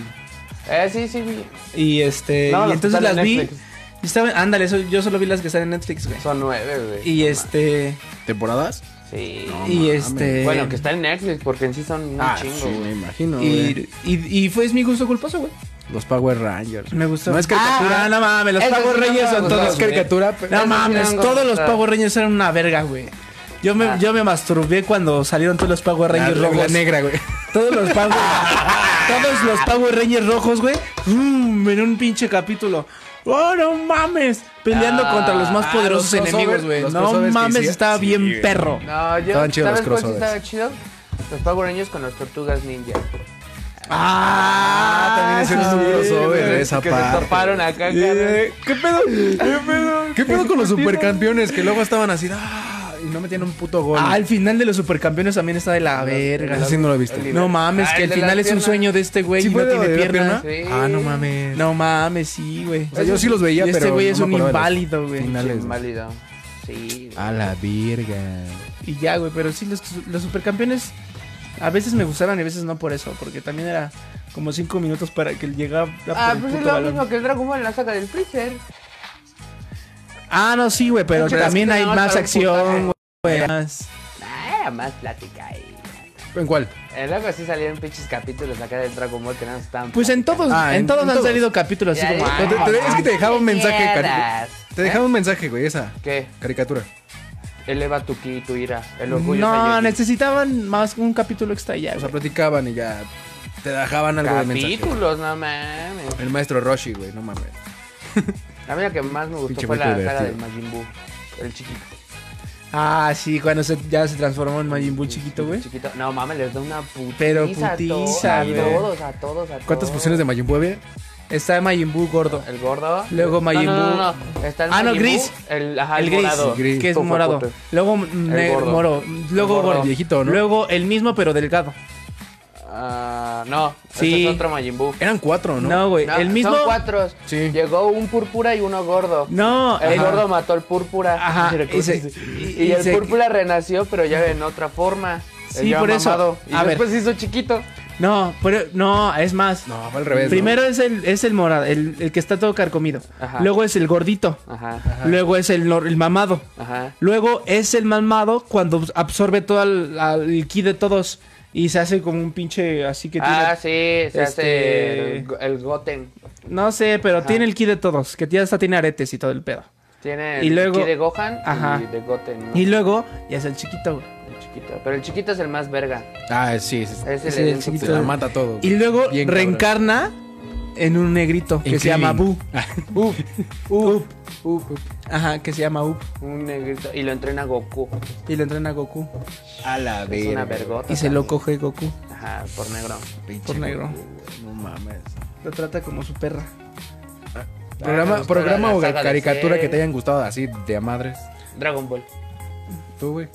C: Eh, sí, sí, vi.
A: Y este...
C: No,
A: y
C: las
A: entonces
C: que están
A: las
C: en
A: vi...
C: Netflix.
A: y estaban- ándale, eso- yo solo vi las que están en Netflix, güey.
C: son nueve, güey.
A: Y este...
B: ¿Temporadas?
C: Sí.
B: No,
A: y
B: mames.
A: este...
C: Bueno, que está en Netflix porque en sí son un
B: ah,
C: chingo,
B: sí,
C: güey.
B: me imagino. güey.
A: Y, y, y fue es mi gusto culposo, güey.
B: Los Power Rangers.
A: Me gustó.
B: No es caricatura.
A: Ah, no mames, los
C: Eso
A: pavos
C: sí no me
A: reyes son
C: gustó,
A: todos.
B: es caricatura. pero-
C: Eso
A: No
C: sí
A: mames,
C: no me
A: todos los
C: gusta.
A: pavos reyes eran una verga, güey. Yo me,
C: Ah.
A: yo me masturbé cuando salieron todos los pavos
B: La
A: reyes
B: regla
A: rojos.
B: negra, güey.
A: Todos los Power, todos los Power Rangers rojos, güey. mm, en un pinche capítulo. ¡Oh, no mames! Peleando
C: Ah,
A: contra los más
B: ah,
A: poderosos
B: los crossover,
A: enemigos, güey.
B: los
A: No
B: crossovers que
A: mames,
B: hicieron.
A: estaba
B: Sí,
A: bien
B: güey.
A: perro.
C: No, yo.
B: Estaban chidos
C: ¿Sabes
B: los
C: cuál sí
B: crossovers.
C: estaba chido? Los Power Rangers con los Tortugas Ninja.
A: Ah,
B: también hicieron un crossover, eh, esa
C: que
B: parte.
C: se toparon acá, cara.
B: Eh, ¿Qué pedo? ¿Qué pedo? ¿Qué pedo con los supercampeones? Que luego estaban así. ah, y no metían un puto gol.
A: Ah, el final de los supercampeones también está de la verga.
B: Así no lo viste.
C: Oliver.
A: No mames,
C: Ah,
A: que
C: el
A: el
C: de las
A: final es un
C: piernas.
A: sueño de este güey
B: ¿Sí
A: y no
B: fue de
A: tiene
B: la
A: pierna.
B: pierna?
C: Sí.
B: Ah, no mames.
A: No mames, sí, güey.
B: O sea, yo sí los veía,
A: Y Este
B: pero
A: güey
B: no
A: es
B: me
A: un
B: acordaba de los
A: inválido, güey.
B: finales.
C: Inválido. Sí.
A: Ah,
C: güey.
B: A la virga.
A: Y ya, güey, pero sí, los, los supercampeones a veces me gustaban y a veces no por eso, porque también era como cinco minutos para que él llegara por
C: Ah,
A: el
C: pues
A: puto
C: es lo
A: balón.
C: mismo que el Dragon Ball la saca del freezer.
A: Ah, no, sí, güey, pero
C: Pero es
A: también
C: que
A: hay
C: nada más
A: más
C: para un
A: acción,
C: puntaje.
A: güey. más-
C: Ah, era más plática ahí.
B: ¿En cuál?
C: Eh, Luego sí salieron pinches capítulos acá del Dragon Ball que no estaban.
A: Pues en todos,
B: Ah,
A: en,
B: en-
A: todos
B: en
A: han
B: todos.
A: salido capítulos así
C: Ya,
A: como...
C: ya.
A: "Ah,
B: Te- te- es que te dejaba un mensaje,
C: Quieras.
B: cari- Te dejaba un mensaje, güey, esa
C: ¿Qué?
B: caricatura.
C: Eleva tu ki, tu ira, el orgullo.
A: No,
C: Saiyajin.
A: necesitaban más un capítulo extra ya,
B: O sea,
A: güey.
B: platicaban y ya te dejaban algo de mensaje.
C: capítulos, no mames.
B: El maestro Roshi, güey, no mames.
C: A mí la que más me gustó
B: Pinche
C: fue la
B: Goku
C: saga del
B: divertido.
C: Majin Buu, el chiquito.
A: Ah, sí, cuando se- ya se transformó en Majin Buu chiquito,
C: El
A: güey.
C: Chiquito. No mames, les da una putiza.
A: Pero
C: a to-
A: putiza,
C: a
A: güey.
C: todos, a todos, a todos.
B: ¿Cuántas fusiones de Majin Buu había?
A: Está Majin Buu gordo.
C: El gordo.
A: Luego Majin
C: No, no,
A: Buu.
C: no, no. Está el
A: Ah, no,
C: Majin Buu,
A: gris.
C: El, ajá, el,
A: el gris,
C: morado.
B: gris.
A: que es
C: Pufa,
A: morado.
C: pufa.
A: Luego negro,
C: gordo.
A: moro. Luego
C: gordo.
A: gordo.
B: Viejito, ¿no?
A: Luego el mismo, pero delgado.
C: Ah, no,
A: Sí.
C: ese es otro Majin Buu.
B: Eran cuatro, ¿no?
A: No, güey.
C: No,
A: el mismo.
C: Son cuatro.
B: Sí.
C: Llegó un púrpura y uno gordo.
A: No,
C: El
A: el-
C: gordo mató al púrpura.
A: Ajá,
C: Mira cómo
A: y se-
C: se dice.
A: y-
C: Y
A: y
C: el
A: se-
C: púrpura renació, pero ya en otra forma.
A: Sí,
C: Ya
A: por eso.
C: mamado. Y
A: A ver.
C: después se hizo chiquito.
A: No, pero, no, es más.
B: No, fue al revés. ¿no?
A: Primero es el, es el morado, el, el que está todo carcomido.
C: Ajá.
A: Luego es el gordito.
C: Ajá.
A: Luego es el, nor- el mamado.
C: Ajá.
A: Luego es el mamado cuando absorbe todo el, el ki de todos. Y se hace como un pinche así que tiene.
C: Ah, sí, se
A: Este-
C: hace el, go- el Goten.
A: No sé, pero tiene el ki de todos. Que ya hasta tiene aretes y todo el pedo.
C: Tiene
A: Y
C: el
A: luego-
C: ki de Gohan
A: Ajá.
C: y de Goten. ¿no?
A: Y luego ya es el chiquito, güey.
C: El chiquito. Pero el chiquito es el más verga.
B: Ah, sí, sí. sí.
C: Es
A: Es
C: el,
A: el
C: el
A: chiquito.
B: Se la mata todo.
A: Y luego
B: Bien cabrón.
A: reencarna en un negrito que
B: En
A: se llama Bu.
B: Krillin.
A: Up. Up.
C: Up, up.
A: Ajá, que se llama Up.
C: Un negrito. Y lo entrena Goku.
A: Y lo entrena Goku.
B: A la
C: Es
B: verga.
C: una vergota.
A: Y se lo coge Goku.
C: Ajá, por Ah, negro.
B: Pinche
A: por negro.
B: güey, No mames.
A: Lo trata como su perra.
B: Programa,
C: gusta
B: programa
C: la
B: o
C: saga de
B: caricatura
C: Cell.
B: que te hayan gustado así de a madres.
C: Dragon Ball.
B: Tú, güey.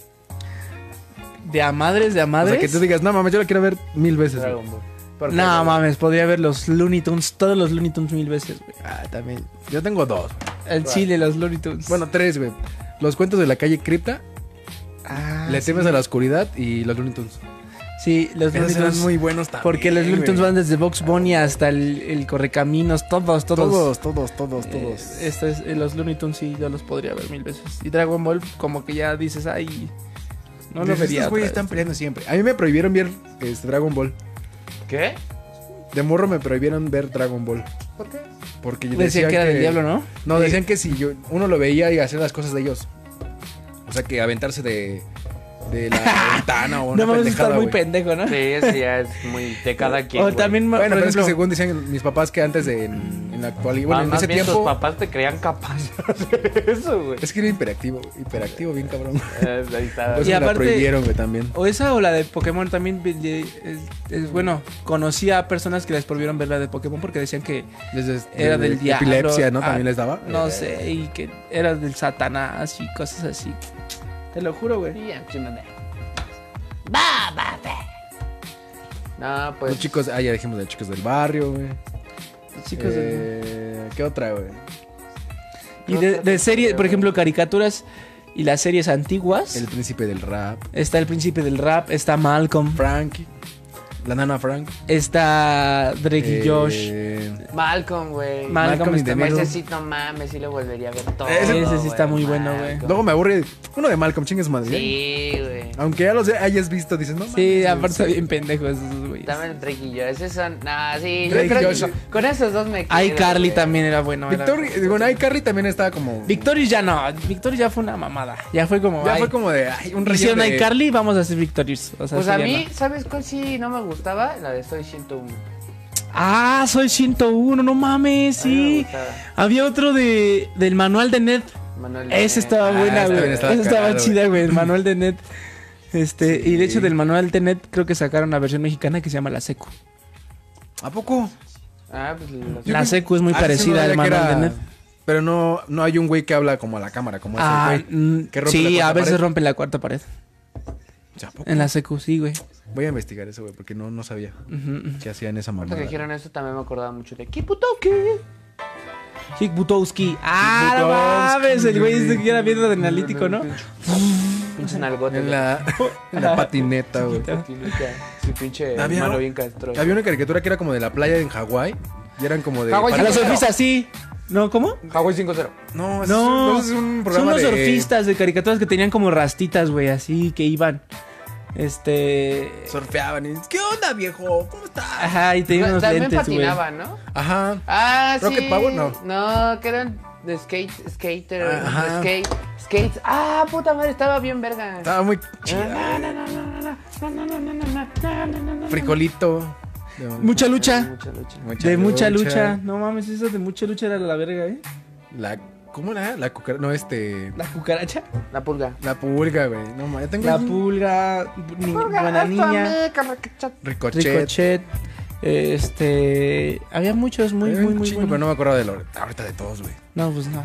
A: De a madres, de a
B: O
A: madres.
B: sea, que tú digas, no mames, yo la quiero ver mil veces. güey".
C: Dragon Ball. Porque
A: No mames, podría ver los Looney Tunes, todos los Looney Tunes mil veces, güey.
B: Ah, también. Yo tengo dos. güey.
A: El chile, los Looney Tunes.
B: Bueno, tres, güey. Los cuentos de la calle Cripta,
A: Ah,
B: Le temes a la oscuridad y los Looney Tunes.
A: Sí, los
B: Esos
A: Looney
B: eran
A: Tunes-
B: muy buenos también.
A: Porque los Looney Tunes
B: güey.
A: van desde Box Bunny hasta el, el Correcaminos, todos, todos.
B: Todos, todos, todos,
A: Eh,
B: todos.
A: esto es- eh, los Looney Tunes sí, yo los podría ver mil veces. Y Dragon Ball, como que ya dices, ay, no lo
B: Dices,
A: vería.
B: Estos
A: otra
B: güeyes
A: vez".
B: están peleando siempre. A mí me prohibieron ver este, Dragon Ball.
C: ¿Qué?
B: De morro me prohibieron ver Dragon Ball.
C: ¿Por qué?
B: Porque
A: Decía que era del diablo, ¿no?
B: No,
A: Sí.
B: decían que si yo, uno lo veía y hacía las cosas de ellos. O sea, que aventarse de, de la ventana o una
A: No mames,
B: pendejada,
A: estar muy
B: güey.
A: pendejo, ¿no?
C: Sí, ese ya es muy de cada quien.
A: o
C: güey.
A: también,
B: Bueno,
A: por
B: pero es que
A: ejemplo,
B: según decían mis papás que antes de en, en la actualidad, bueno,
C: Ah,
B: en
C: más
B: ese
C: bien tus
B: tiempo
C: papás te creían capaz de hacer eso, güey.
B: es que era hiperactivo, hiperactivo bien cabrón.
C: Eh, ahí está.
B: Entonces
A: Y
B: me la
A: aparte-
B: prohibieron, güey, también.
A: O esa o la de Pokémon también. vi- de- es- es- bueno, conocí a personas que les prohibieron ver la de Pokémon porque decían que
B: Desde-
A: era
B: desde
A: del diablo.
B: Epilepsia, ¿no?
A: ah,
B: También les daba. Eh.
A: No sé, y que era del Satanás y cosas así. Te lo juro, güey.
C: No, pues.
B: Los chicos, ah, ya dijimos de chicos del barrio, güey.
A: Los Chicos, del-
B: Eh, ¿Qué otra, güey?
A: y de, de serie, por ejemplo, caricaturas y las series antiguas.
B: El príncipe del rap.
A: Está el príncipe del rap, está Malcolm,
B: Frank. La nana Frank.
A: está Drake y Josh.
B: Eh,
C: Malcolm, güey.
A: Mal- Malcolm
B: Malcolm y
A: está-
B: de
A: Malcolm
B: negro.
C: Ese sí, no mames, sí lo volvería a ver todo.
A: Ese- ese sí está
C: güey,
A: muy bueno, güey.
C: Malcolm.
B: Luego me aburre. Uno de Malcolm, chingues madre. ¿eh?
C: Sí, güey.
B: Aunque ya los hayas visto, dices, no.
A: Sí,
B: mames,
A: aparte está
B: güey.
A: bien pendejo esos güeyes.
C: También Drake y yo. Esos son. No, sí.
B: Drake y
C: yo creo
B: Josh.
C: que con esos dos me quedo.
A: Ay, Carly
C: güey.
A: también era bueno. era-
B: Victor, eh, bueno, iCarly también estaba como.
A: Victorious ya no, Victorious ya fue una mamada. Ya fue como.
B: Ya
A: ay,
B: fue como de. Ay, un relleno.
A: Hicieron
B: de-
A: a Carly, vamos a hacer Victorious. O sea,
C: Pues
A: eso
C: a
A: ya
C: mí,
A: no.
C: ¿sabes cuál sí no me gustaba? La de Soy 101.
A: Ah, soy 101, no mames,
C: A mí no me
A: sí.
C: gustaba.
A: Había otro de, del manual de Ned.
C: Manuel
A: Esa estaba
C: Ah,
A: buena,
B: esta
A: güey.
B: bien estaba
A: Esa estaba
B: cagada,
A: chida, güey. El manual de Ned. Este, y de hecho
B: Sí.
A: del manual de Ned creo que sacaron la versión mexicana que se llama La Secu.
B: ¿A poco?
C: Ah, pues los-
A: La secu es muy
B: Ah, sí,
A: parecida
B: no,
A: al
B: ya que
A: manual
B: era-
A: de Ned.
B: Pero no, no hay un güey que habla como a la cámara, como
A: Ah,
B: ese
A: mm,
B: güey. Que rompe
A: sí,
B: la cuarta
A: a veces
B: pared.
A: rompe la cuarta pared.
B: O sea, ¿a poco?
A: En la secu, sí, güey.
B: Voy a investigar eso, güey, porque no, no sabía
A: Ujú.
B: qué hacían esa
C: Ahorita
B: mamada.
C: que dijeron eso también me acordaba mucho de ¿Qué puto qué?
A: Hick Butowski. Ah, no
B: Butowski,
A: mables, el güey
B: güey.
A: este que era bien analítico, ¿no?
C: Pinche nalgote.
B: En la, en la patineta, güey.
C: Su pinche
B: Había-
C: hermano bien castro.
B: Había una caricatura que era como de la playa en Hawái. Y eran como de.
C: Hawái
A: A los surfistas, sí. ¿No? ¿Cómo?
C: Hawái 5-0.
B: No, ese
A: No,
B: es, ese es un
A: son
B: programa
A: los
B: de.
A: surfistas de caricaturas que tenían como rastitas, güey, así que iban. Este.
B: Surfeaban y. ¿Qué onda, viejo? ¿Cómo estás?
A: Ajá, y tenían unos
C: También
A: lentes, güey.
C: patinaba, ¿no?
B: Ajá.
C: Ah, sí.
B: Rocket Power, no. Ah,
C: No, que eran de skate, skater,
B: Ajá.
C: skate, skates. Ah, puta madre, estaba bien verga.
B: Estaba muy
C: Ah,
B: chida.
C: No, no, no, no, no, no, no, no, no, no, no, no, no, no, no.
B: Fricolito. De-
A: Mucha lucha.
C: Mucha lucha.
A: De mucha lucha. No mames, esa de mucha lucha era la verga, ¿eh?
B: La. ¿Cómo era? La cucaracha. No, este.
A: La cucaracha.
C: La pulga.
B: La pulga, güey. No, ma, yo tengo.
A: La
B: un
A: pulga. ni- buena niña.
B: Ricochet.
A: Ricochet. Este. Había muchos muy,
B: Era
A: muy,
B: un
A: muy
B: chingo, pero no
A: buenos.
B: me acuerdo de lo. Ahorita de todos, güey.
A: No, pues no.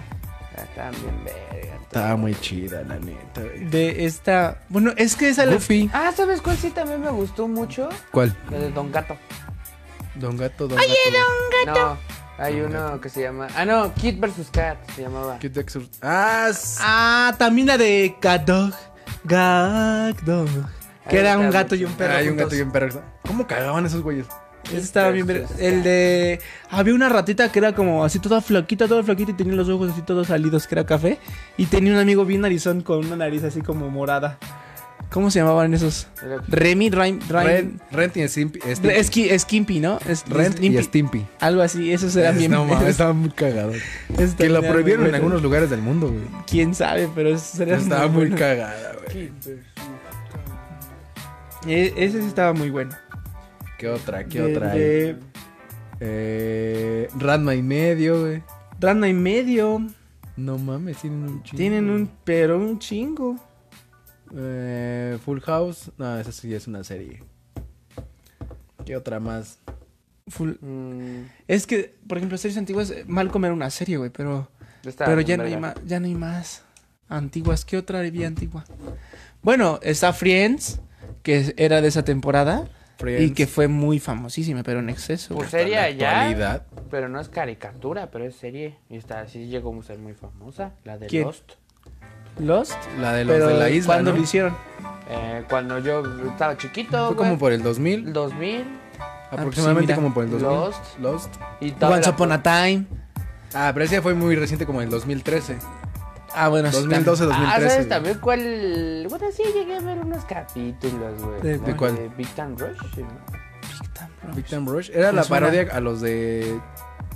C: Estaba bien Ah, verga.
B: Estaba muy chida, la neta. güey.
A: De esta. Bueno, es que esa. la-
B: Goofy.
C: Ah, ¿sabes cuál sí también me gustó mucho?
B: ¿Cuál?
C: La de Don Gato.
B: Don Gato, Don Gato. güey.
C: No, hay uno que se llama. Ah, no, Kid vs. Cat se llamaba.
B: Kid Dexter. Ah, s-
A: Ah, también la de Cat Dog. Gat Dog. Que
C: Ahí
A: era
C: está
A: un gato y un
C: mucho.
A: perro.
B: Ah, hay un
A: juntos.
B: gato y un perro. ¿Cómo cagaban esos güeyes?
A: Ese estaba bien ver- El de. Había una ratita que era como así toda flaquita, toda flaquita y tenía los ojos así todos salidos, que era café. Y tenía un amigo bien narizón con una nariz así como morada. ¿Cómo se llamaban esos?
C: Era-
A: Remy, Rhyme, Rhyme.
B: Rent, Rent y Stimpy. Stimpy.
A: Es Skimpy, ¿no? Es,
B: Rent y
A: Limpy.
B: Stimpy.
A: Algo así, esos eran bien.
B: No mames, estaba muy cagado.
A: esos
B: Que lo
A: eran
B: prohibieron
A: muy
B: en
A: buenos.
B: algunos lugares del mundo, güey.
A: Quién sabe, pero esos eran
B: Estaba
A: muy
B: muy
A: buenos.
B: cagada, güey.
A: E- ese sí estaba muy bueno.
B: ¿Qué otra? ¿Qué
A: De-
B: otra? hay?
A: de
B: Eh, Ranma y medio, güey.
A: Rana y medio.
B: No mames, tienen un chingo.
A: Tienen un. Pero un chingo.
B: Eh, Full House. No, esa sí es una serie. ¿Qué otra más?
A: Full-
C: Mm,
A: Es que, por ejemplo, series antiguas. eh, Malcolm era una serie, güey, pero.
C: estaba
A: Pero
C: bien
A: ya no, hay
C: verga.
A: más, ya no hay más antiguas. ¿Qué otra había antigua? Bueno, está Friends, que era de esa temporada.
B: Friends.
A: Y que fue muy famosísima, pero en exceso. güey.
C: Pues serie
B: la
C: allá.
B: actualidad.
C: Pero no es caricatura, pero es serie. Y está así llegó a ser muy famosa. La de
A: ¿Quién?
C: Lost.
A: Lost.
B: La de los de la isla,
A: ¿Cuándo
B: ¿no?
A: lo hicieron?
C: Eh, cuando yo estaba chiquito.
B: Fue como
C: güey,
B: por el 2000,
C: 2000.
B: aproximadamente
A: mira.
B: como por el 2000.
C: Lost.
B: Lost.
C: Y estaba
A: Once
C: la-
A: Upon a Time.
B: Ah, pero ese fue muy reciente como en el 2013.
A: Ah, bueno, sí,
B: 2012, 2013.
C: Ah, ¿sabes
B: güey.
C: también cuál? Bueno, sí, llegué a ver unos capítulos, güey.
A: ¿De-
C: ¿no?
B: de cuál?
C: De Big Time Rush. ¿no?
A: también.
B: Big Time Rush. ¿Era la
A: Me suena.
B: parodia a los de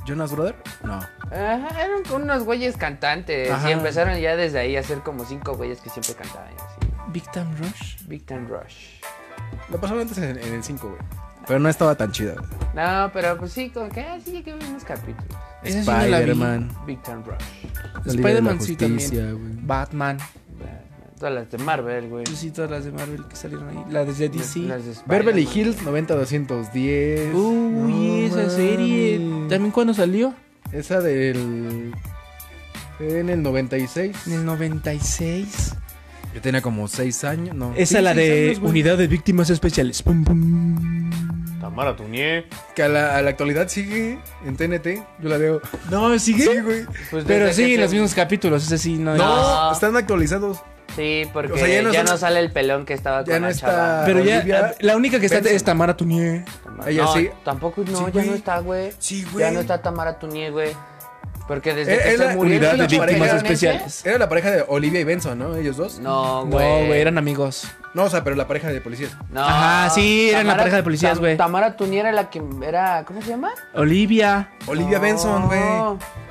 B: Jonas Brother? No.
C: Ajá, eran con unos güeyes cantantes.
B: Ajá.
C: Y empezaron ya desde ahí a ser como cinco güeyes que siempre cantaban. y Así.
A: Big Time Rush.
C: Big Time Rush.
B: Lo pasaba antes en, en el 5, güey. Pero no estaba tan chida. güey.
C: No, pero pues sí, como que ah, sí llegué a ver unos capítulos.
A: Esa sí me la vi.
B: Spider-Man.
C: Big Time Rush.
B: La Liga de la
A: Spider-Man sí
B: Justicia,
A: también.
B: güey.
A: Batman.
C: Batman, Todas las de Marvel, güey.
A: Yo sí, todas las de Marvel que salieron ahí. La de DC.
C: Las de Spider-Man.
B: Beverly Hills 90210.
A: Uy,
B: No
A: esa serie.
B: mames.
A: ¿También cuándo salió?
B: Esa del. En el 96.
A: En el 96.
B: Yo tenía como 6 años. No.
A: Esa
B: Sí,
A: la
B: seis
A: de
B: años, güey.
A: Unidad de Víctimas Especiales. Pum, pum.
D: Tamara Tuñé.
B: Que a la, a la actualidad sigue en TNT. Yo la veo.
A: No, sigue.
B: Sí, güey.
C: Pues
A: Pero
C: desde
A: sí,
C: que se-
A: los mismos capítulos. Ese sí, no.
C: No.
B: No, están actualizados.
C: Sí, porque
B: O sea,
C: ya,
B: ya
C: no,
B: no son-
C: sale el pelón que estaba
B: Ya
C: con
B: no
C: la
B: está-
C: chava.
A: Pero ya,
B: Olivia
A: la única que está
B: Benson.
A: es Tamara Tuñé.
B: Ella
C: no,
B: sí.
C: Tampoco, no,
B: Sí,
C: ya
B: güey.
C: no está, güey.
B: Sí,
C: Ya
B: güey.
C: no está Tamara Tuñé, güey. Porque desde
B: Eh,
C: que
B: es
C: se
B: la
C: murió el
B: unidad de
C: pinche
B: víctimas
C: pelón ese-
A: especiales.
B: Era la pareja de Olivia y Benson, ¿no? Ellos dos.
C: No,
A: No,
C: güey.
A: güey, eran amigos.
B: No, o sea, pero la pareja de policías.
C: No.
A: Ajá, sí, eran la pareja de policías,
C: Tam-
A: güey.
C: Tamara Tuñé era la que era. ¿Cómo se llama?
A: Olivia.
B: Olivia Benson, güey.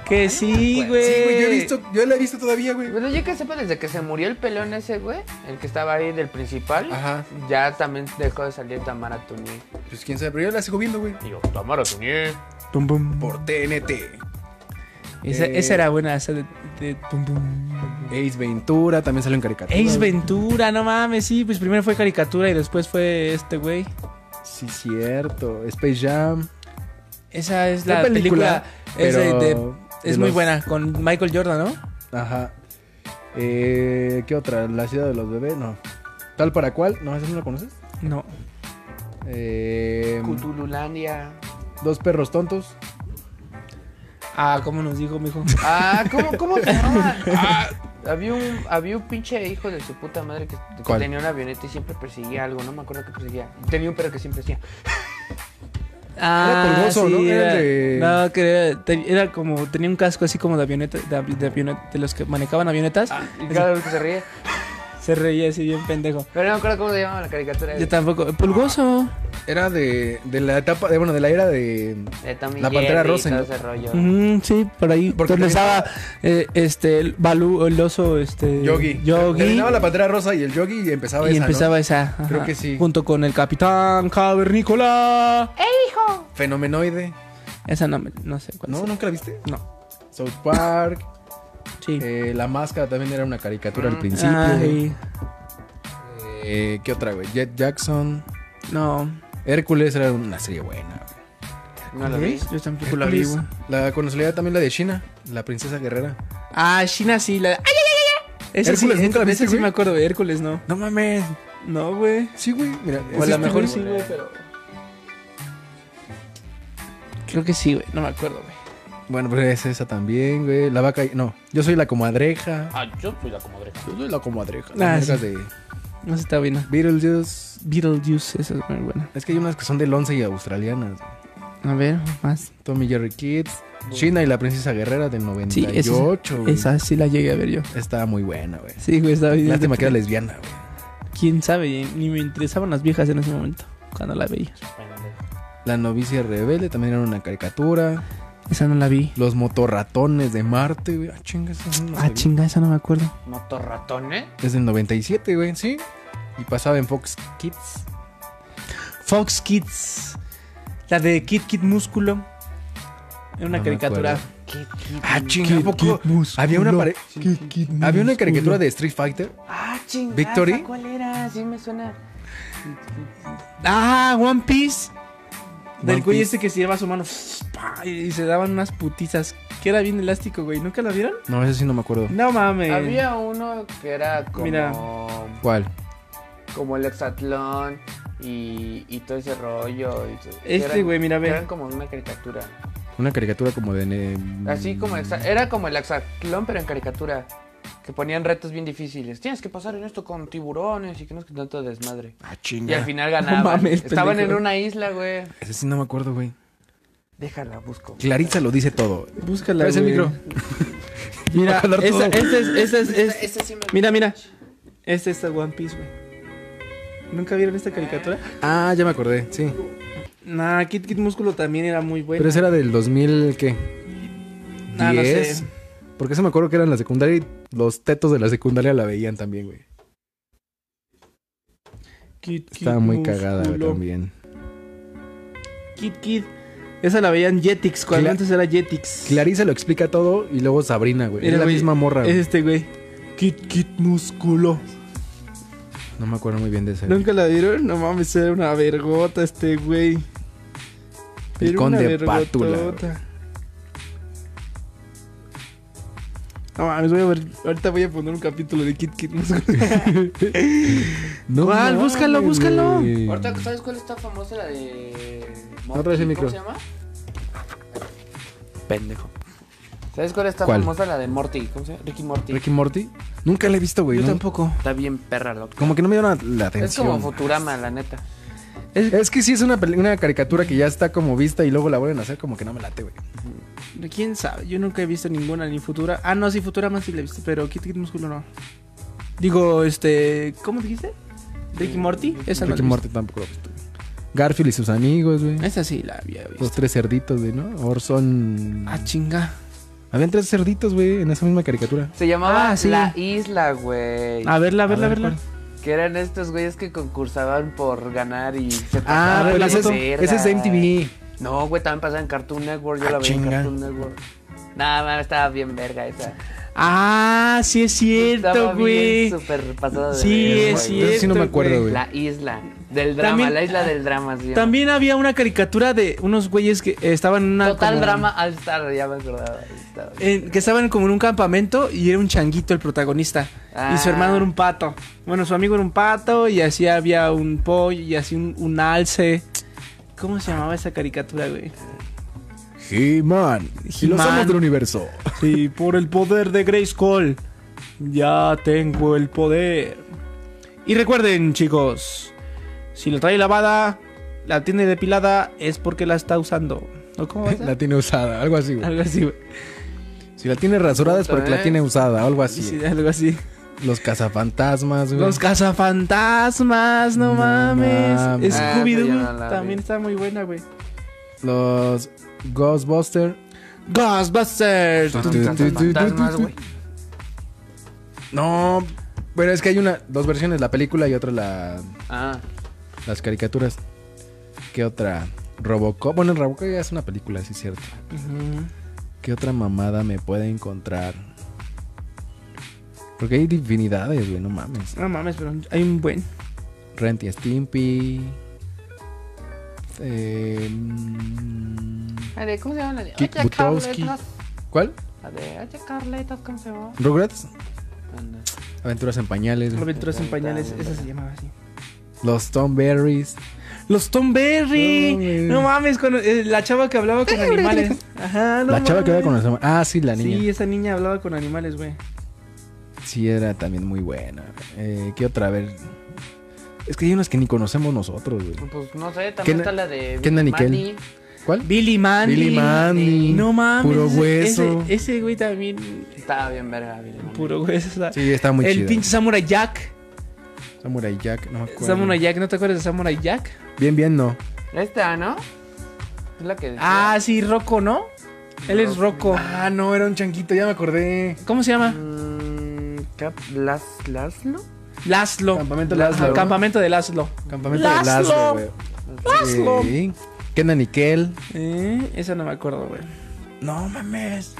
A: Que sí,
C: güey.
A: güey.
B: Sí, güey, yo he visto, yo la he visto todavía, güey.
C: Bueno, yo que sepa, desde que se murió el pelón ese, güey, el que estaba ahí del principal,
B: Ajá.
C: ya también dejó de salir Tamara Tuñé.
B: Pues quién sabe, pero yo la sigo viendo, güey.
D: Y yo, Tamara Tuñé.
A: Pum, pum.
B: Por TNT.
A: Esa,
B: Eh.
A: esa era buena, esa de. de- pum, pum.
B: Ace Ventura también salió en caricatura.
A: Ace Ventura, no mames, sí. Pues primero fue caricatura y después fue este, güey.
B: Sí, cierto. Space Jam.
A: Esa es
B: Fue
A: la película.
B: película,
A: es de-
B: pero
A: de-
B: de
A: es muy
B: los-
A: buena, con Michael Jordan, ¿no?
B: Ajá. Eh, ¿Qué otra? La ciudad de los bebés, no. Tal para cual, no, esa no la conoces.
A: No.
B: Eh,
C: Cutululandia.
B: dos perros tontos.
A: Ah, ¿cómo nos dijo, mijo?
C: Ah, ¿cómo, cómo se llama? Ah, había, un, había un pinche hijo de su puta madre que, que
B: ¿Cuál?
C: tenía una avioneta y siempre perseguía algo, no me acuerdo qué perseguía. Tenía un perro que siempre decía.
A: Ah,
B: polvoso, ¿no? Era
A: Era,
B: de-
A: No, que era, te- era como. Tenía un casco así como de avioneta. De, avi- de avioneta- de los que manejaban avionetas.
B: Ah,
C: Y cada vez que se ríe.
A: Se reía así bien pendejo.
C: Pero no me acuerdo cómo se llamaba la
B: Eh.
C: caricatura.
A: Yo tampoco. Pulgoso.
B: Era de, de la etapa, de, bueno, de la era de.
C: de Tommy
B: La Pantera
C: Jerry y
B: Rosa,
C: todo
B: ¿no?
C: ese rollo.
A: Ujú, Mm, sí, por ahí.
B: Porque
A: donde
B: también-
A: estaba eh, este, el Balú, el oso, este.
B: Yogi.
A: Yogi.
B: Terminaba la pantera rosa y el yogi y empezaba
A: y
B: esa, ¿no?
A: empezaba esa. ajá,
B: Creo que sí.
A: Junto con el Capitán Cavernícola.
B: Fenomenoide.
A: Esa no, me- no sé cuál
B: ¿No?
A: es.
B: ¿Nunca la viste?
A: No.
B: South Park.
A: Sí. Ah,
B: eh, la máscara también era una caricatura al principio.
A: Ay,
B: Eh, ¿Qué otra, güey? Jet Jackson.
A: no.
B: Hércules era una serie buena. güey. Ah,
C: No lo vi.
A: Yo tampoco la vi, güey.
B: La conocida también la de China, la princesa guerrera.
A: Ah, China sí, la. ¡Ay, ay, ay, ay! Ese sí,
B: Hércules, ¿nunca la
A: ese
B: viste,
A: sí
B: güey?
A: me acuerdo de Hércules, no.
B: No mames.
A: No, güey.
B: Sí, güey. Mira,
A: O a
B: es
A: lo
B: este,
A: mejor
B: güey.
A: sí, güey, pero. Creo que sí, güey. No me acuerdo, güey.
B: Bueno, pero es esa también, güey. La vaca. No, yo soy la comadreja.
D: Ah, yo soy la comadreja.
B: Yo soy la comadreja.
A: Ah,
B: Las
A: sí.
B: vergas de
A: No se está bien.
B: Beetlejuice.
A: Beetlejuice, esa es muy buena.
B: Es que hay unas que son del 11 y australianas. güey.
A: A ver, más.
B: Tommy Jerry Kids. China y la princesa guerrera del
A: Sí, esa,
B: 98, güey.
A: esa sí la llegué a ver yo.
B: Estaba muy buena, güey.
A: Sí, güey, estaba bien.
B: Lástima que era lesbiana, güey.
A: Quién sabe, ni me interesaban las viejas en ese momento, cuando la veía.
B: La novicia rebelde también era una caricatura.
A: Esa no la vi.
B: Los motorratones de Marte, güey. Ah, chinga, esa sí no la
A: Ah,
B: vi.
A: chinga, esa no me acuerdo.
C: Motorratón, ¿eh?
B: Es del 97, güey, sí. Y pasaba en Fox Kids.
A: Fox Kids. La de Kid Kid Músculo. Era una
B: No me
A: caricatura.
B: acuerdo.
C: ¿Qué, qué-
B: Ah, chinga, ¿a poco? Había una, pare- había una caricatura de Street Fighter.
C: Ah, chingada,
B: ¿Victory?
C: ¿Cuál era? Sí me suena.
A: Ah, One Piece. Del
B: One
A: güey
B: Piece.
A: este que se lleva su mano. pa, Y se daban unas putizas. Que era bien elástico, güey. ¿Nunca la vieron?
B: No, ese sí no me acuerdo.
A: No mames.
C: Había uno que era como.
A: Eh, Mira.
B: ¿Cuál?
C: Como el hexatlón y, y todo ese rollo. y todo-
A: Este,
C: eran-
A: güey, mira, ve.
C: Eran como una caricatura.
B: Una caricatura como de. ne-
C: eh, Así como. hexa- Era como el hexatlón, pero en caricatura. que ponían retos bien difíciles. Tienes que pasar en esto con tiburones y que no es que tanto desmadre.
B: Ah,
C: Y
B: chinga.
C: al final ganaban.
A: mames,
C: Estaban
A: pendejo.
C: en una isla, güey.
B: Ese sí no me acuerdo, güey.
C: Déjala, busco.
B: Claritza lo dice todo.
A: Búscala,
B: Traes el
A: güey.
B: micro.
A: Mira,
B: Va a hablar
A: esa, eh.
B: todo.
A: esa es, esa es, es-
C: Esta sí me-
A: Mira, mira. Esta es One Piece, güey. ¿Nunca vieron esta caricatura?
B: Ah, ya me acordé, sí.
A: Nah, Kid Kid Músculo también era muy
B: Pero
A: bueno.
B: esa era del 2000, ¿qué?
A: Ah, no sé.
B: ¿Diez? Porque se me acuerdo que era en la secundaria y los tetos de la secundaria la veían también, güey.
A: Kid Kid
B: Estaba muy cagada
A: Músculo.
B: también.
A: Kid Kid. Esa la veían Jetix, cuando
B: Cla-
A: antes era Jetix.
B: Clarice lo explica todo y luego Sabrina, güey.
A: Mira,
B: Era la
A: güey,
B: misma morra,
A: Es
B: güey.
A: este güey. Kid Kid Músculo.
B: No me acuerdo muy bien de ese.
A: ¿Nunca la vieron? No mames, era una vergota este güey.
B: El conde Pátula,
A: vergotota. No mames, voy a ver. Ahorita voy a poner un capítulo de Kid Kid Músculo.
B: No
A: ¿Cuál?
B: mames,
A: Búscalo, búscalo.
B: güey.
C: Ahorita, ¿sabes cuál está famosa? La de.
B: No traes el
C: Morty,
B: micro.
C: ¿Cómo se llama? Pendejo. ¿Sabes cuál está
B: ¿Cuál?
C: famosa? La de Morty. ¿Cómo se llama? Ricky Morty.
B: Ricky Morty. Nunca la he visto, güey.
A: Yo
B: ¿no?
A: tampoco.
C: Está bien perra, loco.
B: Como que no me dio la, la
C: Es
B: atención.
C: como Futurama, la neta.
B: Es que sí es una, peli- una caricatura que ya está como vista y luego la vuelven a hacer como que no me late, güey.
A: ¿Quién sabe? Yo nunca he visto ninguna ni futura. Ah, no, sí, futura más sí la he visto, pero Kid Kid Músculo no. Digo, este. ¿Cómo dijiste? Ricky Morty. Esa no
B: Ricky
A: la he
B: Eh, Morty tampoco la he visto. güey. Garfield y sus amigos, güey.
A: visto. Esa sí la había visto.
B: Los tres cerditos, güey, ¿no? Orson.
A: Ah, chinga.
B: Habían tres cerditos, güey, en esa misma caricatura.
C: Se llamaba
A: Ah, sí.
C: La Isla, güey.
A: A verla, a verla, a
B: ver,
A: verla.
C: Que eran estos güeyes que concursaban por ganar y se
B: Ah,
C: pasaban
B: pero
C: de
B: ese es,
C: verga.
B: ese es de MTV.
C: No, güey, también pasaba en Cartoon Network. Yo
B: Ah,
C: la veía
B: chinga.
C: en Cartoon Network. Nada, man, estaba bien verga esa.
A: Ah, sí es
C: Estaba
A: cierto, güey.
C: bien Súper pasado de
A: Sí,
C: verga,
A: es
C: güey.
A: cierto.
B: Eso sí no me acuerdo, güey. ah,
C: La isla del drama,
A: También-
C: la isla del drama, sí.
A: También había una caricatura de unos güeyes que estaban en una.
C: Total
A: como-
C: drama All Star, ya me acordaba. All Star.
B: Eh,
A: en- que estaban como en un campamento y era un changuito el protagonista. Y su
C: Ah.
A: hermano era un pato. Bueno, su amigo era un pato y así había un pollo y así un, un alce. ¿Cómo se llamaba esa caricatura, güey?
B: He-Man. Y
A: He-Man.
B: los amos del universo.
A: Sí, por el poder de Grace Cole. Ya tengo el poder. Y recuerden, chicos, si la trae lavada, la tiene depilada, es porque la está usando. ¿O cómo va esa?
B: La tiene usada, algo así, güey.
A: Algo así, güey.
B: Si la tiene rasurada es
C: Puta,
B: porque la
C: ¿eh?
B: tiene usada, algo
A: Sí,
B: así.
A: sí, algo así.
B: Los cazafantasmas, güey.
A: Los cazafantasmas, no,
B: No
A: mames.
B: mames.
A: Scooby-Doo
C: Ah, esa ya no la
A: también
C: vi.
A: está muy buena, güey.
B: Los Ghostbusters.
A: Ghostbusters.
B: Tu, tu, tu, tu,
C: Fantasmas,
B: tu, tu.
C: güey.
B: No, pero es que hay una, dos versiones, la película y otra la,
C: Ah,
B: las caricaturas. ¿Qué otra? Robocop. Bueno, Robocop ya es una película, sí es cierto.
A: Ujú.
B: ¿Qué otra mamada me puede encontrar? Porque hay divinidades, güey, no mames.
A: No mames, pero hay un buen.
B: Rent y Stimpy. Eh, mm,
C: la de- ¿cómo se llama? La de
B: Kit
C: Oye,
B: Butowski.
C: Carletas.
B: ¿Cuál?
C: La de Oye, Carletas, ¿cómo se llama?
B: ¿Rugrats?
C: Anda.
B: Aventuras en pañales. güey.
A: Aventuras en pañales, esa se llamaba así.
B: Los Tom Berries.
A: Los Tom Berry.
B: No mames.
A: No mames, con, eh, la chava que hablaba con animales. Ajá, no
B: la chava que habla con
A: mames.
B: los Ah, sí, la niña.
A: Sí, esa niña hablaba con animales, güey.
B: Sí, era también muy buena. Eh, ¿Qué otra? A ver. Es que hay unas que ni conocemos nosotros, güey.
C: Pues no sé, también
B: Ken-
C: está la de.
B: Kenan y
C: Manny.
B: Kel. ¿Cuál?
A: Billy Mandy.
B: Billy Mandy.
A: No mames.
B: Puro
A: ese-
B: hueso.
A: Ese, ese güey también.
C: Estaba bien verga, Billy Mandy.
A: Puro hueso. o sea,
B: Sí, está muy
A: el
B: chida.
A: pinche Samurai Jack.
B: Samurai Jack, no me acuerdo.
A: Samurai Jack, ¿no te acuerdas de Samurai Jack?
B: Bien, bien, no.
C: Esta, ¿no? Es la que. decía.
A: Ah, sí, Rocco, ¿no? Él es Rocco.
B: Ah, no, era un chanquito, ya me acordé.
A: ¿Cómo se llama?
C: Mm, Cap- Las, Laszlo.
A: Laszlo.
B: Campamento Laszlo,
A: Ajá,
B: ¿no?
A: Campamento de Laszlo.
B: Campamento
A: Laszlo.
B: de Laszlo, güey. Sí. Kenan y Kel.
A: Eh, esa no me acuerdo, güey.
B: No mames.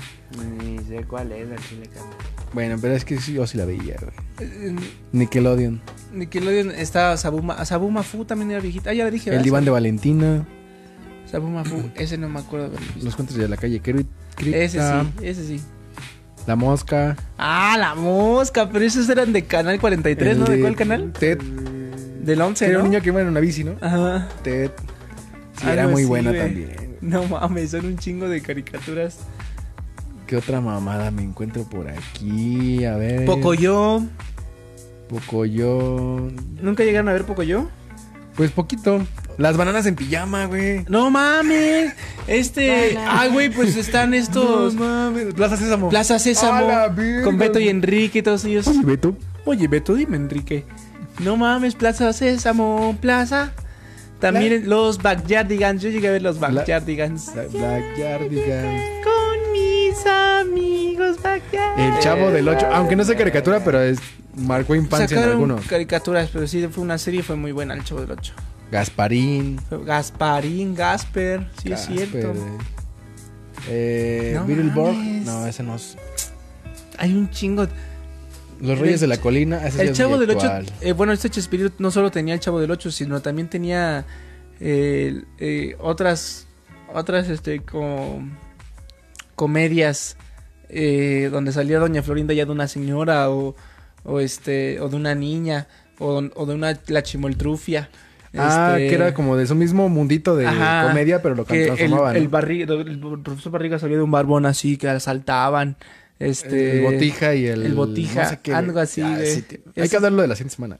C: Ni sé cuál es, al chile cambia.
B: Bueno, pero es que sí, yo sí la veía, güey.
A: Eh,
B: Nickelodeon.
A: Nickelodeon está Sabuma. Sabuma Fu también era viejita. Ah, ya la dije,
B: El
A: ¿verdad?
B: diván de Valentina.
A: Sabuma Fu, ese no me acuerdo de haberlo visto.
B: Los cuentos de la calle Kerwit.
A: Ese sí, ese sí.
B: La mosca.
A: Ah, la mosca, pero esos eran de Canal 43, ¿no? ¿De
B: el
A: cuál canal?
B: Ted.
A: Del 11,
B: Era
A: ¿no?
B: un niño que iba en una bici, ¿no?
A: Ajá.
B: Ted. Sí,
A: Algo
B: era muy
A: así,
B: buena
A: güey.
B: también.
A: No mames, son un chingo de caricaturas.
B: ¿Qué otra mamada me encuentro por aquí? A ver.
A: Pocoyo.
B: Pocoyón.
A: ¿Nunca llegaron a ver Pocoyo?
B: Pues poquito. Las bananas en pijama, güey.
A: No mames. Este.
E: Hola.
A: Ah, güey, pues están estos.
B: No mames. Plaza Sésamo.
A: Plaza Sésamo.
B: A la verga,
A: Con Beto y
B: güey.
A: Enrique y todos ellos.
B: Oye, Beto.
A: Oye, Beto, dime, Enrique. No mames, Plaza Sésamo, Plaza. También los Backyardigans. Yo llegué a ver los Backyardigans.
B: La- Black Yardigans.
A: Con mis amigos Backyardigans.
B: El chavo del 8. Aunque no sea caricatura, pero es, marcó infancia en
A: Sacaron
B: algunos.
A: caricaturas, pero sí fue una serie, fue muy buena el Chavo del 8.
B: Gasparín.
A: Gasparín, Gasper, sí es
B: Casper,
A: cierto.
B: eh. Eh,
A: No
B: Beetleborg.
A: mames.
B: No, ese no es.
A: Hay un chingo.
B: Los Reyes de la Colina. Ese sí
A: El
B: es
A: Chavo
B: muy
A: del 8,
B: actual.
A: bueno, este Chespirito no solo tenía el Chavo del 8, sino también tenía eh, eh, otras, otras, este, como comedias eh, donde salía Doña Florinda ya de una señora o, o este, o de una niña o, o de una, la chimoltrufia.
B: Ah,
A: este,
B: que era como de su mismo mundito de
A: Ajá,
B: comedia, pero lo
A: que el,
B: transformaban.
A: el
B: ¿no?
A: barri- el profesor Barriga salía de un barbón así que asaltaban. Este,
B: El botija y el.
A: el botija,
B: no sé qué,
A: algo
B: güey.
A: así,
B: Ah,
A: güey.
B: sí, tío. Hay
A: Ese-
B: que hablarlo de la siguiente semana.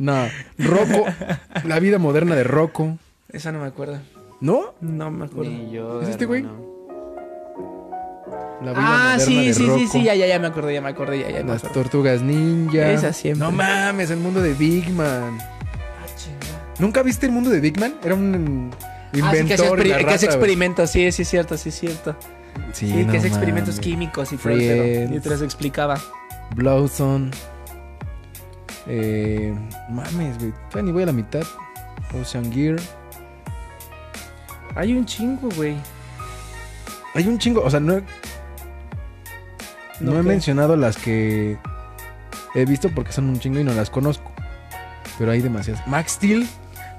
B: No, Rocco. la vida moderna de Rocco.
A: Esa no me acuerdo.
B: ¿No?
A: No me acuerdo.
C: Ni yo,
B: ¿Es este güey?
C: hermano.
B: La vida
A: Ah,
B: moderna
A: sí,
B: de
A: sí, sí,
B: Rocco.
A: sí, ya, ya, ya me acordé, ya me acordé, ya, ya. me
B: Las
A: acordé.
B: tortugas ninja.
A: Esa siempre.
B: No mames, el mundo de Big Man. ¿Nunca viste el mundo de Big Man? Era un
A: Ah, sí, que hace,
B: inventor.
A: experi-
B: y la
A: que hace
B: rata, güey.
A: experimentos, sí, sí, es cierto, sí, es cierto. Sí,
B: no
A: que hace experimentos
B: mames.
A: químicos y todo el pedo,
B: Friends.
A: Y te los explicaba.
B: Blowson. Eh, mames, güey. Todavía ni voy a la mitad. Ocean Gear.
A: Hay un chingo, güey.
B: Hay un chingo. O sea, no, he- no he
A: ¿qué?
B: mencionado las que he visto porque son un chingo y no las conozco. Pero hay demasiadas. Max Steel.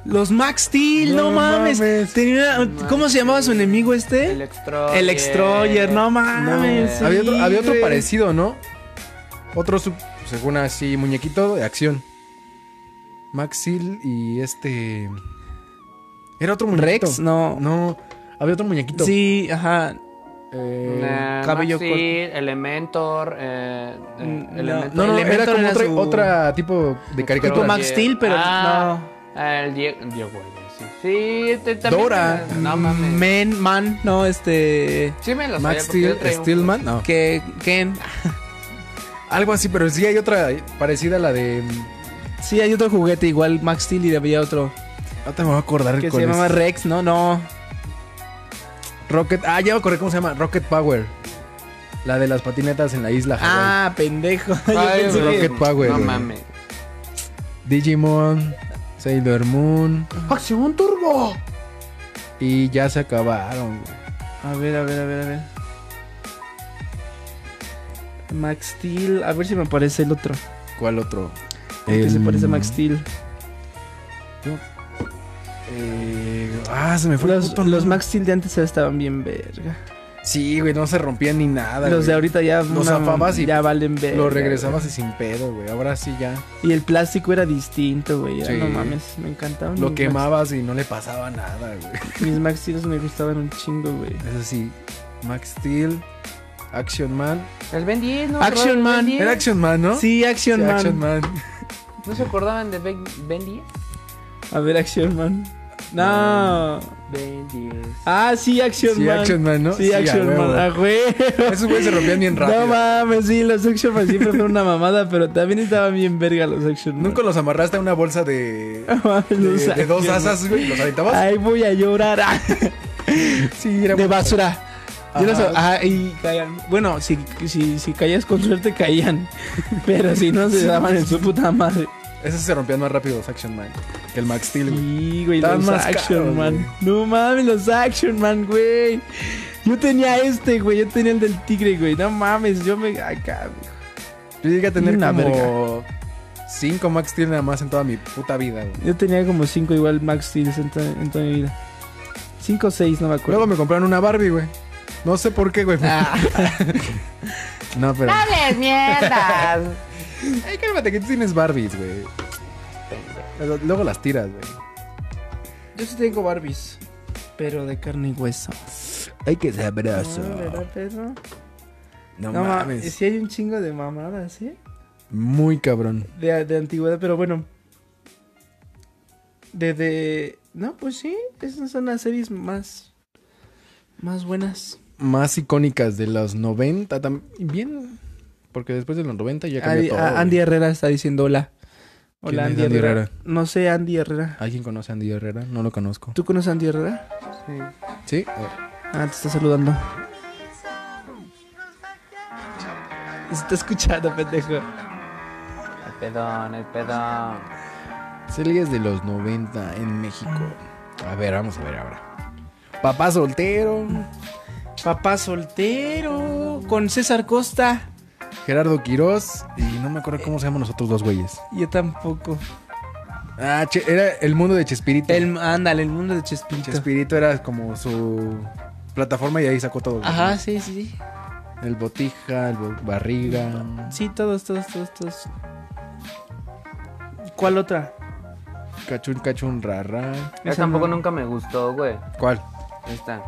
A: Los Max Steel, no,
B: No
A: mames.
B: mames.
A: Tenía una- ¿Cómo se llamaba su enemigo
C: El
B: ¿Eh?
A: este?
C: extra.
A: El Extroyer, no mames.
C: Sí,
B: había otro, había otro
A: güey.
B: parecido, ¿no? Otro, sub- según así, muñequito de acción. Max Steel y este. Era otro muñequito.
A: Rex, no.
B: No, había otro muñequito.
A: Sí, ajá.
B: Eh,
C: Eh,
A: Cabello
C: Maxi, Elementor. eh, eh,
A: Mm, no.
C: Elementor.
B: No, no, era
A: Elementor
B: como
A: era
B: otra,
A: su-
B: otra tipo de caricatura.
A: Tipo Max Steel, pero
C: Ah, El Diego. Diego, güey, sí. Sí, este también.
B: Dora.
C: No
A: mm,
C: mames.
A: Men, man, no, este.
C: Sí me lo
B: Max Steel,
C: sabía porque yo traía un-
B: Steelman, no.
A: Que Ken.
B: Algo así, pero sí hay otra parecida a la de.
A: Sí, hay otro juguete igual, Max Steel y había otro.
B: No te me voy a acordar
A: Que
B: cuál
A: se
B: es.
A: llamaba Rex, ¿no? No.
B: Rocket. Ah, ya me acordé cómo se llama. Rocket Power. La de las patinetas en la isla. Hawái.
A: Ah, pendejo. Yo
C: Ay,
A: pensé
C: güey,
A: que-
B: Rocket Power,
C: No
B: güey.
C: mames.
B: Digimon. Sailor Moon.
C: ¡Acción Turbo!
B: Y ya se acabaron. güey.
A: A ver, a ver, a ver, a ver. Max Steel, a ver si me aparece el otro.
B: ¿Cuál otro? Em,
A: El que se
B: El-
A: parece a Max Steel.
B: Eh, ah, se me fue el
A: Los,
B: puto
A: los
B: nombre.
A: Max Steel de antes ya estaban bien verga.
B: Sí, güey, no se rompían ni nada.
A: Los de
B: Ah, güey.
A: ahorita ya,
B: Los
A: una-
B: zafabas y
A: ya valen verga.
B: Lo
A: güey.
B: regresabas y sin pedo, güey. Ahora sí ya.
A: Y el plástico era distinto, güey. Era,
B: Sí.
A: No mames, me encantaban.
B: Lo
A: mis
B: quemabas y no le pasaba nada, güey.
A: Max- Mis Max Steels me gustaban un chingo, güey.
B: Eso sí, Max Steel, Action Man.
C: El Ben 10, ¿no?
A: Action
C: ¿El Ben
A: Man.
C: 10?
B: Era Action Man, ¿no?
A: Sí, Action,
B: Sí,
A: Man.
B: Action Man.
C: ¿No se acordaban de Ben, ben 10?
A: A ver, Action Man. No.
C: Ben 10.
A: Ah, sí, Action
B: Sí,
A: Man.
B: Action Man, ¿no?
A: Sí,
B: Sí, a
A: Action
B: huevo.
A: Man. Ah, güey.
B: Esos güeyes se rompían bien rápido.
A: No mames, sí, los Action Man siempre fueron una mamada, pero también estaban bien verga los Action Man.
B: Nunca los amarraste a una bolsa de,
A: No mames,
B: de,
A: los
B: de dos
A: Action Man.
B: asas, güey. y ¿Los aventabas?
A: Ay, voy a llorar. Ah,
B: sí, era
A: de
B: muy-
A: basura. Yo los-
B: Ajá.
A: ah, y caían. Bueno, si, si, si caías con suerte, caían. Pero si no, se daban en su puta madre.
B: Esos se rompían más rápido los Action Man que el Max Steel, güey.
A: Sí, güey,
B: Estaban
A: los
B: más
A: Action
B: caros,
A: Man. No mames, los Action Man, güey. Yo tenía este, güey. Yo tenía el del tigre, güey. No mames, yo me. Acá, güey.
B: Yo llegué a tener
A: Una
B: como cinco Max Steel nada más en toda mi puta vida, güey.
A: Yo tenía como cinco igual Max Steel en, to- en toda mi vida. Cinco o seis, no me acuerdo.
B: Luego me compraron una Barbie, güey. No sé por qué, güey.
A: Ah.
B: no, pero.
E: ¡Dale, mierdas!
B: Ay, cálmate, que tú tienes Barbies, güey. Luego- Luego las tiras, güey.
A: Yo sí tengo Barbies. Pero de carne y hueso.
B: Ay, qué sabroso.
A: No, ¿verdad, perro?
B: No,
A: No, ma-
B: mames.
A: sí hay un chingo de mamadas, ¿eh?
B: Muy cabrón.
A: De, de antigüedad, pero bueno. Desde... No, pues sí, esas son las series más... Más buenas.
B: Más icónicas de los 90 también. Porque después de los 90 ya cambió
A: Ay,
B: todo.
A: a-
B: güey.
A: Andy Herrera está diciendo hola.
B: ¿Quién
A: Hola,
B: es
A: Andy,
B: Andy
A: Herrera.
B: Herrera?
A: No sé, Andy Herrera.
B: ¿Alguien conoce a Andy Herrera? No lo conozco.
A: ¿Tú conoces a Andy Herrera?
B: ¿Sí?
A: Ah, te está saludando. Se está escuchando, pendejo.
C: El pedón, el pedón.
B: Series de los 90 en México. A ver, vamos a ver ahora. Papá soltero.
A: Papá soltero. Con César Costa.
B: Gerardo Quirós. Y no me
A: Eh.
B: acuerdo cómo se llaman los otros dos güeyes.
A: Yo tampoco.
B: Ah, Che- era el mundo de Chespirito.
A: El, ándale, el mundo de Chespirito.
B: Chespirito era como su plataforma y ahí sacó todo. güey.
A: Ajá, sí, sí, sí.
B: El botija, el Bo- barriga,
A: Sí, todos, todos, todos, todos. ¿Cuál otra?
B: cachun cachun rara.
C: Yo
A: Esa
C: tampoco
A: no.
C: nunca me gustó, güey.
B: ¿Cuál?
C: Esta.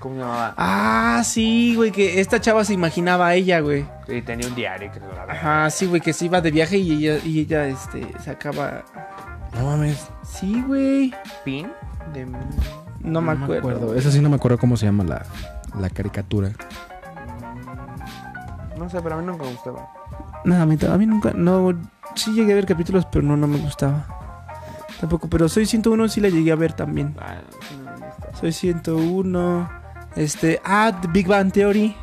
C: ¿Cómo se llamaba?
A: Ah, sí, güey, que esta chava se imaginaba a ella, güey.
C: Y tenía un diario que se lo daba.
A: Ajá, sí, güey, que se iba de viaje y ella, y ella este, sacaba...
B: No mames.
A: Sí, güey.
C: ¿Pin?
A: De- No, me acuerdo.
B: Eso sí no me acuerdo cómo se llama la, la caricatura.
C: Mm, No sé, pero a mí nunca me gustaba.
A: No, a mí, ta- a mí nunca, no, sí llegué a ver capítulos, pero no, no me gustaba. Tampoco, pero Soy 101 sí la llegué a ver también.
C: Ah, sí, no me gusta.
A: Soy 101, este, ah, The Big Bang Theory.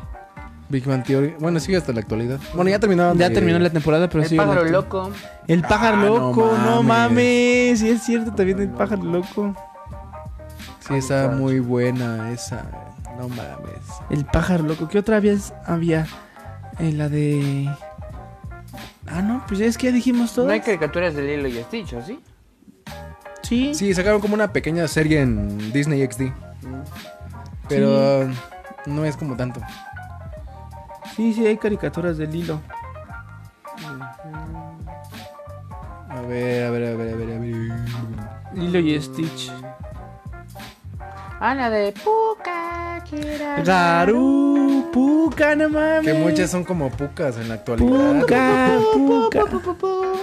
B: Big Bang Theory. Bueno, sigue hasta la actualidad. Bueno, ya terminaron.
A: Ya
B: de-
A: terminó la temporada, pero
C: El
A: sí.
C: pájaro loco.
A: El pájaro
B: Ah, no
A: loco, no mames.
B: mames.
A: Sí, es cierto, también el pájaro loco.
B: Sí, está muy buena esa. No mames.
A: El pájaro loco. ¿Qué otra vez había? Eh, la de. Ah, no, pues ya es que ya dijimos todo.
C: No hay caricaturas de Lilo y Stitch, ¿o sí?
A: Sí.
B: Sí, sacaron como una pequeña serie en Disney XD.
C: Mm,
B: Pero no es como tanto.
A: sí, sí, hay caricaturas del hilo.
B: A ver, a ver, a ver, a ver, a ver.
A: Lilo y Stitch.
C: Ah,
E: Ana de Puca, quiera.
A: Garú, puca, no mames.
B: Que muchas son como pucas en la actualidad.
A: Puca, puca.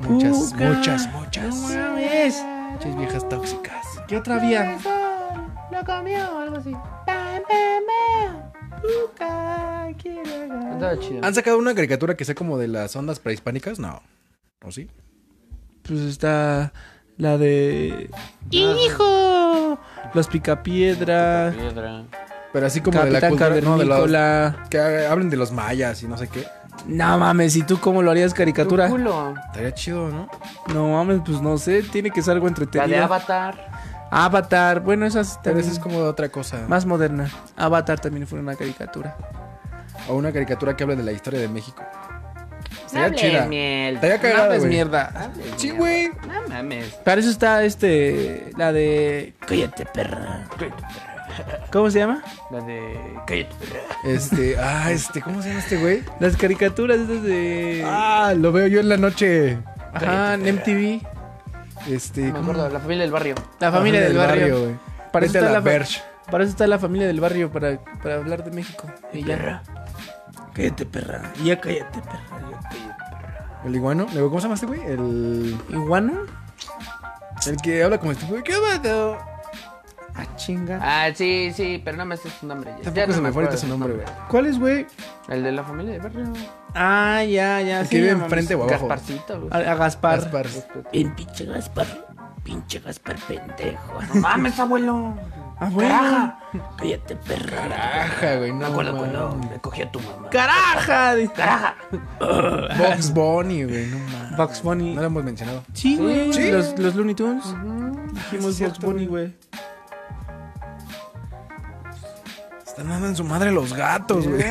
B: Muchas,
A: Puca.
B: muchas,
A: No
B: muchas.
A: mames.
B: Muchas viejas tóxicas.
A: ¿Qué otra había?
E: Lo comió, algo así. Pam, pam, pam. Puca, quiere
C: Estaba chido.
B: ¿Han sacado una caricatura que sea como de las ondas prehispánicas? No. ¿O sí?
A: Pues está la de. ¡Hijo! Los picapiedra.
C: Piedra.
B: Pero así como de la
A: Capitán
B: cultura, no, de los-
A: Cavernícola.
B: que ha- hablen de los mayas y no sé qué.
A: No mames, ¿y tú cómo lo harías caricatura?
C: Tu culo.
B: Estaría chido, ¿no?
A: No mames, pues no sé, tiene que ser algo
C: La de
A: entretenido.
C: Avatar.
A: Avatar, bueno, esas
B: Pero
A: también
B: esa es como otra cosa.
A: más moderna. Avatar también fue una caricatura.
B: O una caricatura que hable de la historia de México.
C: No
B: Estaría
C: hables
B: chida.
C: miel.
B: Estaría
A: No
B: cagada,
A: hables
B: güey.
A: mierda.
C: Hables
B: Sí,
C: mierda.
B: güey.
C: No mames.
A: Para eso está este la de Cállate, perra. ¿Cómo se llama?
C: La de... Cállate, perra.
B: Este, ah, este, ¿cómo se llama este güey?
A: Las caricaturas esas de
B: Ah, lo veo yo en la noche.
A: Ajá, en MTV.
B: Este,
C: Me acuerdo, Ah, la familia del barrio.
A: La familia del barrio.
B: güey.
A: Para eso
B: Vete
A: está
B: a la
A: la fa-
B: Verge.
A: Para eso está la familia del barrio para, para hablar de México. Y ya. Cállate, perra. Ya cállate, perra. Ya cállate.
B: El iguano, luego, ¿cómo se llama este güey? El,
A: ¿Iguana?
B: el que habla como este güey. ¿Qué vato?
A: Ah, chinga.
C: Ah, sí, sí, pero no me haces su nombre. Ya, Ya
B: Tampoco
C: no
B: se me fue
C: acuerdo
B: ahorita su nombre, güey.
A: ¿Cuál es, güey?
C: El de la familia del barrio.
A: Ah, ya, ya.
B: El
A: sí,
B: que vive
A: ya, mames.
B: enfrente o abajo. Ah,
C: Gasparcito, güey. Este,
A: A, a Gaspar.
B: Gaspar.
F: En pinche Gaspar, pinche Gaspar pendejo.
C: No mames, abuelo.
A: Abuelo.
C: Caraja.
F: Cállate, perra.
B: Caraja, güey. No
F: Me acuerdo cuando
B: mames.
F: me cogí a tu mamá.
A: ¡Caraja! dice.
B: Box Bunny, güey. No mames.
A: Bugs Bunny.
B: No lo hemos mencionado.
A: Sí, güey.
B: Sí.
A: Los, los Looney Tunes. Dijimos Bugs Bunny, güey.
B: Están dando en su madre los gatos, güey.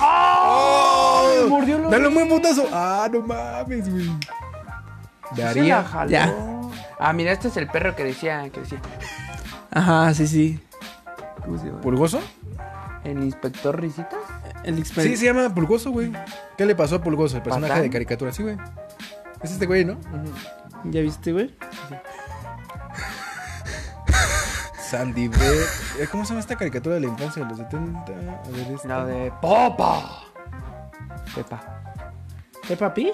B: ¡Oh!
C: mordió los-
B: Dale un buen putazo. Ah, no mames, güey. Daría.
A: Ya.
C: Ah, mira, este es el perro que decía, que decía.
A: Ajá, sí, sí.
C: ¿Cómo se llama?
B: ¿Pulgoso?
C: ¿El inspector Risitas?
A: El
B: Sí,
A: experiment.
B: se llama Pulgoso, güey. ¿Qué le pasó a Pulgoso, el personaje
C: ¿Patán?
B: de caricatura? Sí, güey. Es este güey, ¿no?
A: ¿Ya viste, güey?
B: Sandy Beck. Eh, ¿Cómo se llama esta caricatura de la infancia de los 70? A ver, esta.
C: La de Popa. Pepa.
A: ¿Eh, papi?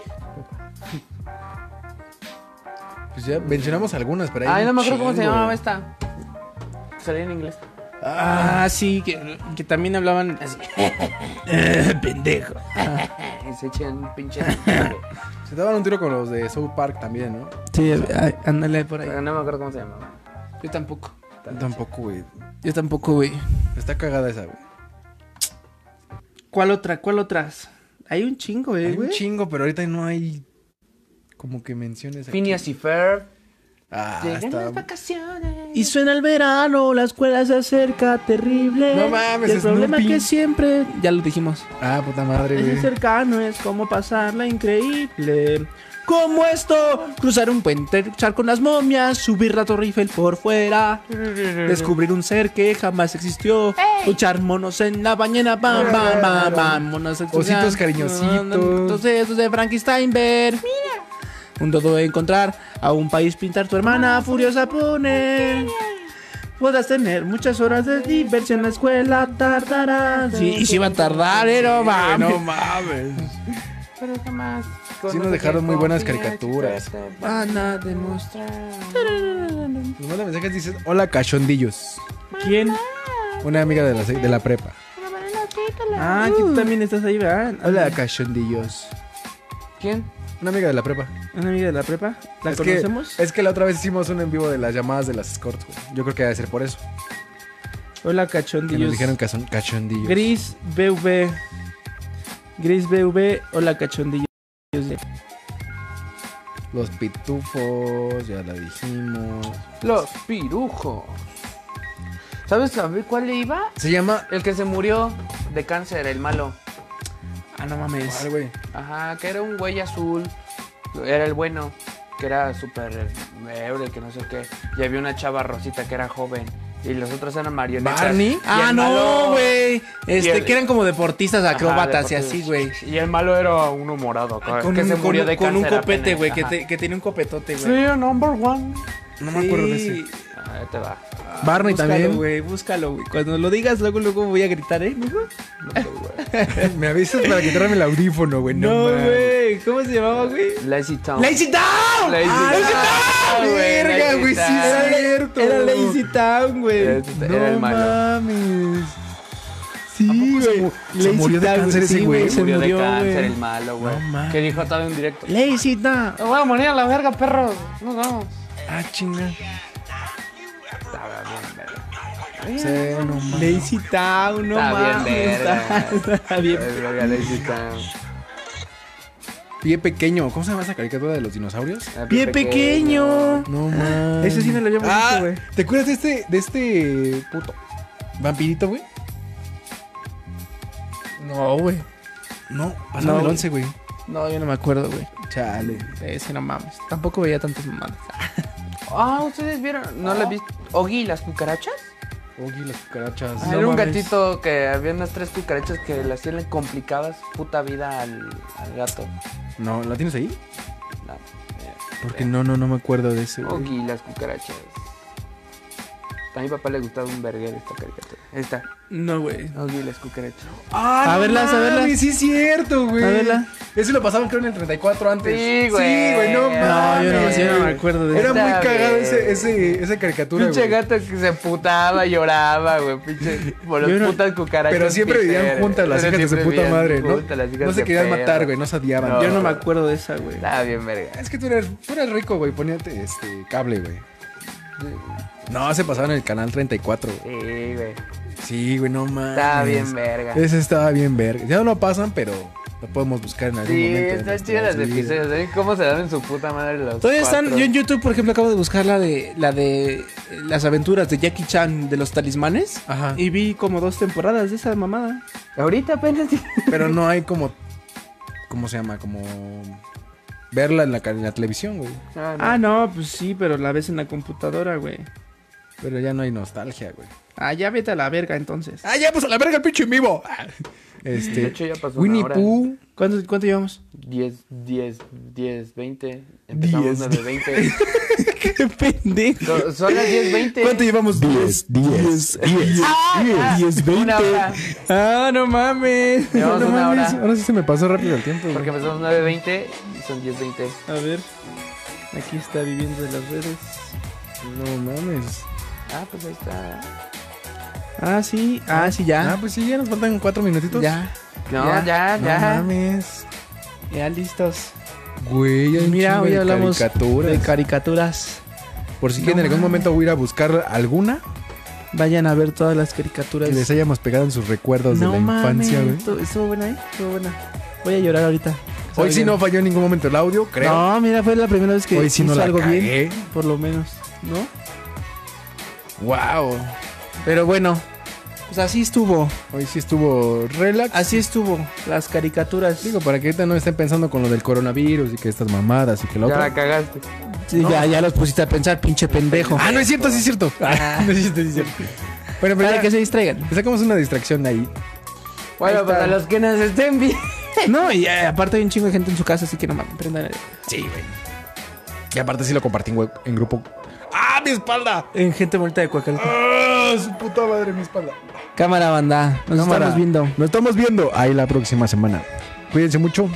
B: Pues ya mencionamos algunas, pero hay
C: Ay,
B: un
C: no me acuerdo cómo se
B: chingo.
C: llamaba esta. Salía en inglés.
A: Ah, sí, que, que también hablaban así. Eh, Pendejo.
C: Y Eh, se echan pinche.
B: Se daban un tiro con los de South Park también, ¿no?
A: Sí, ay, ándale por ahí.
C: Pero no me acuerdo cómo se llamaba.
A: Yo tampoco.
B: Tampoco, güey.
A: Yo tampoco, güey.
B: Está cagada esa, güey.
A: ¿Cuál otra? ¿Cuál otras? Hay un chingo, eh,
B: Hay un
A: güey.
B: chingo, pero ahorita no hay como que menciones. aquí.
C: Phineas y Ferb.
B: Ah,
C: Llegan
B: está-
E: vacaciones.
A: Y suena el verano, la escuela se acerca, terrible.
B: No mames,
A: Y el problema
B: Snoopy.
A: que siempre, ya lo dijimos,
B: Ah, puta madre,
A: es
B: güey.
A: cercano, es como pasarla increíble. Como esto, cruzar un puente, luchar con las momias, subir la torre Eiffel por fuera, descubrir un ser que jamás existió, luchar monos en la bañera, bam, bam, bam, bam, monos
B: Ositos cariñositos.
A: Entonces, eso de Frankie Steinberg. Un dodo de encontrar a un país pintar tu hermana furiosa pone. Podrás tener muchas horas de diversión en la escuela, tardarás. Sí, y si va a tardar, eh, no
B: Güey,
A: mames.
B: No mames.
C: Pero jamás.
B: Sí nos dejaron muy buenas
C: este,
B: caricaturas.
C: Ah,
A: Van a demostrar.
B: Nos manda mensajes, dices, hola cachondillos.
A: ¿Quién?
B: Una amiga de la, sec- de la prepa.
E: Pero van los títulos.
A: Ah, tú también estás ahí, ¿verdad?
B: Hola cachondillos.
C: ¿Quién?
B: Una amiga de la prepa.
A: ¿Una amiga de la prepa? ¿La
B: es
A: conocemos?
B: Que, es que la otra vez hicimos un en vivo de las llamadas de las escorts, güey. Yo creo que debe ser por eso.
A: Hola,
B: Que
A: cachondillos.
B: nos dijeron cachon- cachondillos.
A: Gris BV. Gris BV, hola, cachondillos.
B: Los pitufos, ya la dijimos.
C: Los pirujos. ¿Sabes a ver cuál le iba?
B: Se llama.
C: El que se murió de cáncer, el malo.
A: Ah, no
B: Ah,
A: mames.
B: güey.
C: Ajá, que era un güey azul. Era el bueno. Que era súper héroe, que no sé qué. Y había una chava rosita que era joven. Y los otros eran marionetas. Y
B: ¿Barney?
C: el
A: Ah,
C: malo-
A: no, güey. Este,
C: Y el-
A: que eran como deportistas
C: Ajá,
A: acróbatas y
C: deportivos.
A: así, güey.
C: Y el malo era uno morado. que
A: Con,
C: se
A: un,
C: murió
A: con-
C: de
A: con un
C: cáncer
A: copete,
C: apenas.
A: güey, que,
C: Ajá.
A: te- que tiene un copetote,
C: Sí,
A: güey.
C: number one.
B: No me acuerdo de
A: Sí.
B: ese.
C: Ah, Ahí te va.
A: Ah,
B: Barney
A: Búscalo,
B: también.
A: güey, búscalo, güey. Cuando lo digas, luego, luego voy a gritar, ¿eh? mijo?
B: Me avisas para quitarme el audífono, güey. No,
A: No,
B: mames.
A: güey. ¿Cómo se llamaba, güey?
C: Lazy Town.
A: ¡Lazy Town!
C: Lazy
A: Ah,
C: Town, güey,
B: Verga,
C: Lazy
B: güey, sí
C: Town.
B: es
A: Era,
B: cierto.
A: era Lazy Town, güey.
C: Era-
B: No
C: Era el malo.
B: mames.
A: Sí,
B: poco se
A: güey.
B: mu- se murió de cáncer ese
A: sí,
B: güey?
A: Se
C: Murió de
A: murió,
C: cáncer
A: güey.
C: el malo, güey.
B: No mames.
C: que dijo todo en directo.
A: Lazy Town.
C: Me voy a morir a la verga, perro. Nos vamos.
B: Ah, chinga.
C: Estaba bien, verga.
A: Eh,
B: Sí, no mames.
A: Lazy Town, no
C: Está bien,
A: mames.
C: verga.
A: Está, está bien.
C: Ay, verga, Lazy Town.
B: Pie pequeño. ¿Cómo se llama esa caricatura de los dinosaurios?
C: Ay,
A: Pie pequeño.
B: No mames.
A: Ah, Ese sí no lo habíamos
B: Ah,
A: visto, güey.
B: ¿Te acuerdas de este, de este puto vampirito, güey?
A: No, güey.
B: No, pasaba
A: No,
B: el
A: güey.
B: 11, güey.
A: No, yo no me acuerdo, güey.
B: Chale.
A: Ese no mames. Tampoco veía tantas mamadas.
C: Ah, ¿ustedes vieron? ¿No la viste? ¿Oggy y las cucarachas?
B: Oye, las cucarachas.
C: Ah,
B: No
C: era un
B: mames.
C: gatito que había unas tres cucarachas que le hacían complicadas puta vida al, al gato.
B: No, ¿la tienes ahí?
C: No, mira.
B: Porque no, no, no me acuerdo de ese, güey.
C: Oggy y las cucarachas. A mi papá le gustaba un verguero esta caricatura. Esta,
A: No, güey.
C: Oggy y las cucarachas.
B: Ah,
A: A
B: no
A: verlas, a
B: mames,
A: verlas.
B: Sí, es cierto, güey.
A: A verlas.
B: Ese lo pasaban, creo, en el 34 antes.
C: Sí, güey.
B: Sí, güey, no
C: No, yo
A: No, yo no,
B: mames.
A: sí, yo no me acuerdo de
B: Era
A: eso.
C: Está
B: muy cagado
C: bien.
B: ese, ese, esa caricatura,
C: Pinche
B: güey.
C: gato que se putaba, lloraba, güey. Pinche. Por
A: Yo
C: las
A: no-
C: putas cucarachas.
B: Pero siempre vivían
C: piteras.
B: juntas las
C: Pero
B: hijas de su
C: siempre
B: puta
C: vivían
B: madre, ¿no?
C: juntas las hijas
B: No se
C: de
B: querían
C: perro.
B: matar, güey, no se odiaban.
C: No.
A: Yo no me acuerdo de esa, güey.
C: Estaba bien, verga.
B: Es que tú eres, tú eres rico, güey, ponerte este cable, güey. No, se pasaban en el canal 34, güey.
C: Sí, güey.
B: Sí, güey, no mames.
C: Estaba bien, verga.
B: Ese estaba bien verga. Ya no lo pasan, pero lo podemos buscar en algún
C: Sí,
B: momento. de
C: están
B: nuestras
C: chidas las
B: vidas.
C: episodios. ¿Saben cómo se dan en su puta madre los
A: Todavía están,
C: cuatro?
A: yo en YouTube, por ejemplo, acabo de buscar la de la de eh, las aventuras de Jackie Chan de los talismanes.
B: Ajá.
A: Y vi como dos temporadas de esa mamada.
C: Ahorita apenas.
B: Pero no hay como. ¿Cómo se llama? Como. Verla en la, ca- en la televisión, güey.
C: Ah, no.
A: Ah, no, pues sí, pero la ves en la computadora, güey.
B: Pero ya no hay nostalgia, güey.
A: Ah, ya vete a la verga entonces.
B: ¡Ah, ya! Pues a la verga el pinche en vivo. Ah. Este.
C: De hecho, ya pasó
B: Winnie
C: una hora.
B: Pooh.
A: ¿Cuánto, cuánto llevamos?
C: 10, 10, 10, 20. Empezamos
B: Diez.
C: 9, 20.
A: Qué pendejo.
C: So- Son las 10.20.
B: ¿Cuánto llevamos?
G: 10, 10, 10,
C: Ah,
G: 10, 20.
C: Una hora.
A: Ah, no mames.
C: Llevamos
B: No
C: una
B: mames,
C: hora.
B: Ahora sí se me pasó rápido el tiempo.
C: Porque empezamos 9.20 y son 10.20.
A: A ver. Aquí está viviendo de las redes.
B: No mames.
C: Ah, pues ahí está.
A: Ah, sí. Ah, sí, ya.
B: Ah, pues sí, ya nos faltan cuatro minutitos.
A: ya.
C: No,
A: Ya,
C: ya, ya.
B: No mames.
A: Ya listos.
B: Güey, hay un
A: Mira,
B: chingo
A: hoy
B: de
A: hablamos
B: caricaturas.
A: de caricaturas.
B: Por si quieren, en algún momento voy a ir a buscar alguna
A: Vayan a ver todas las caricaturas.
B: que les hayamos pegado en sus recuerdos de la infancia, güey.
A: estuvo- Estuvo buena, ¿eh? Estuvo buena. Voy a llorar ahorita.
B: Hoy sí
A: Salgan.
B: no falló en ningún momento el audio, creo.
A: No, mira, fue la primera vez que
B: Hoy sí no
A: hizo
B: la
A: algo bien.
B: cagué.
A: Por lo menos, ¿no?
B: Wow.
A: Pero bueno, pues así estuvo.
B: Hoy sí estuvo relax.
A: Así estuvo. Las caricaturas.
B: Digo, para que ahorita no estén pensando con lo del coronavirus y que estas mamadas y que la
C: Ya
B: otra.
C: la cagaste.
A: Sí, ya, ya los pusiste a pensar, pinche pendejo.
B: Ah, no es cierto, sí es cierto. no es cierto, sí es cierto. Bueno, pero
A: Para
B: ya
A: Ah, que se distraigan.
B: le sacamos una distracción ahí.
C: Bueno, para los que nos estén viendo.
A: No, y eh, aparte hay un chingo de gente en su casa, así que no mames, prendan el-
B: Sí, güey. Y aparte sí lo compartí en, web- en grupo. ¡Ah, mi espalda!
A: En gente bonita de Coacalco.
B: ¡Ah, su puta madre, mi espalda!
A: Cámara, banda. Nos
B: Cámara.
A: estamos viendo.
B: Nos estamos viendo ahí la próxima semana. Cuídense mucho.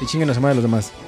B: Y chinguen la semana de los demás.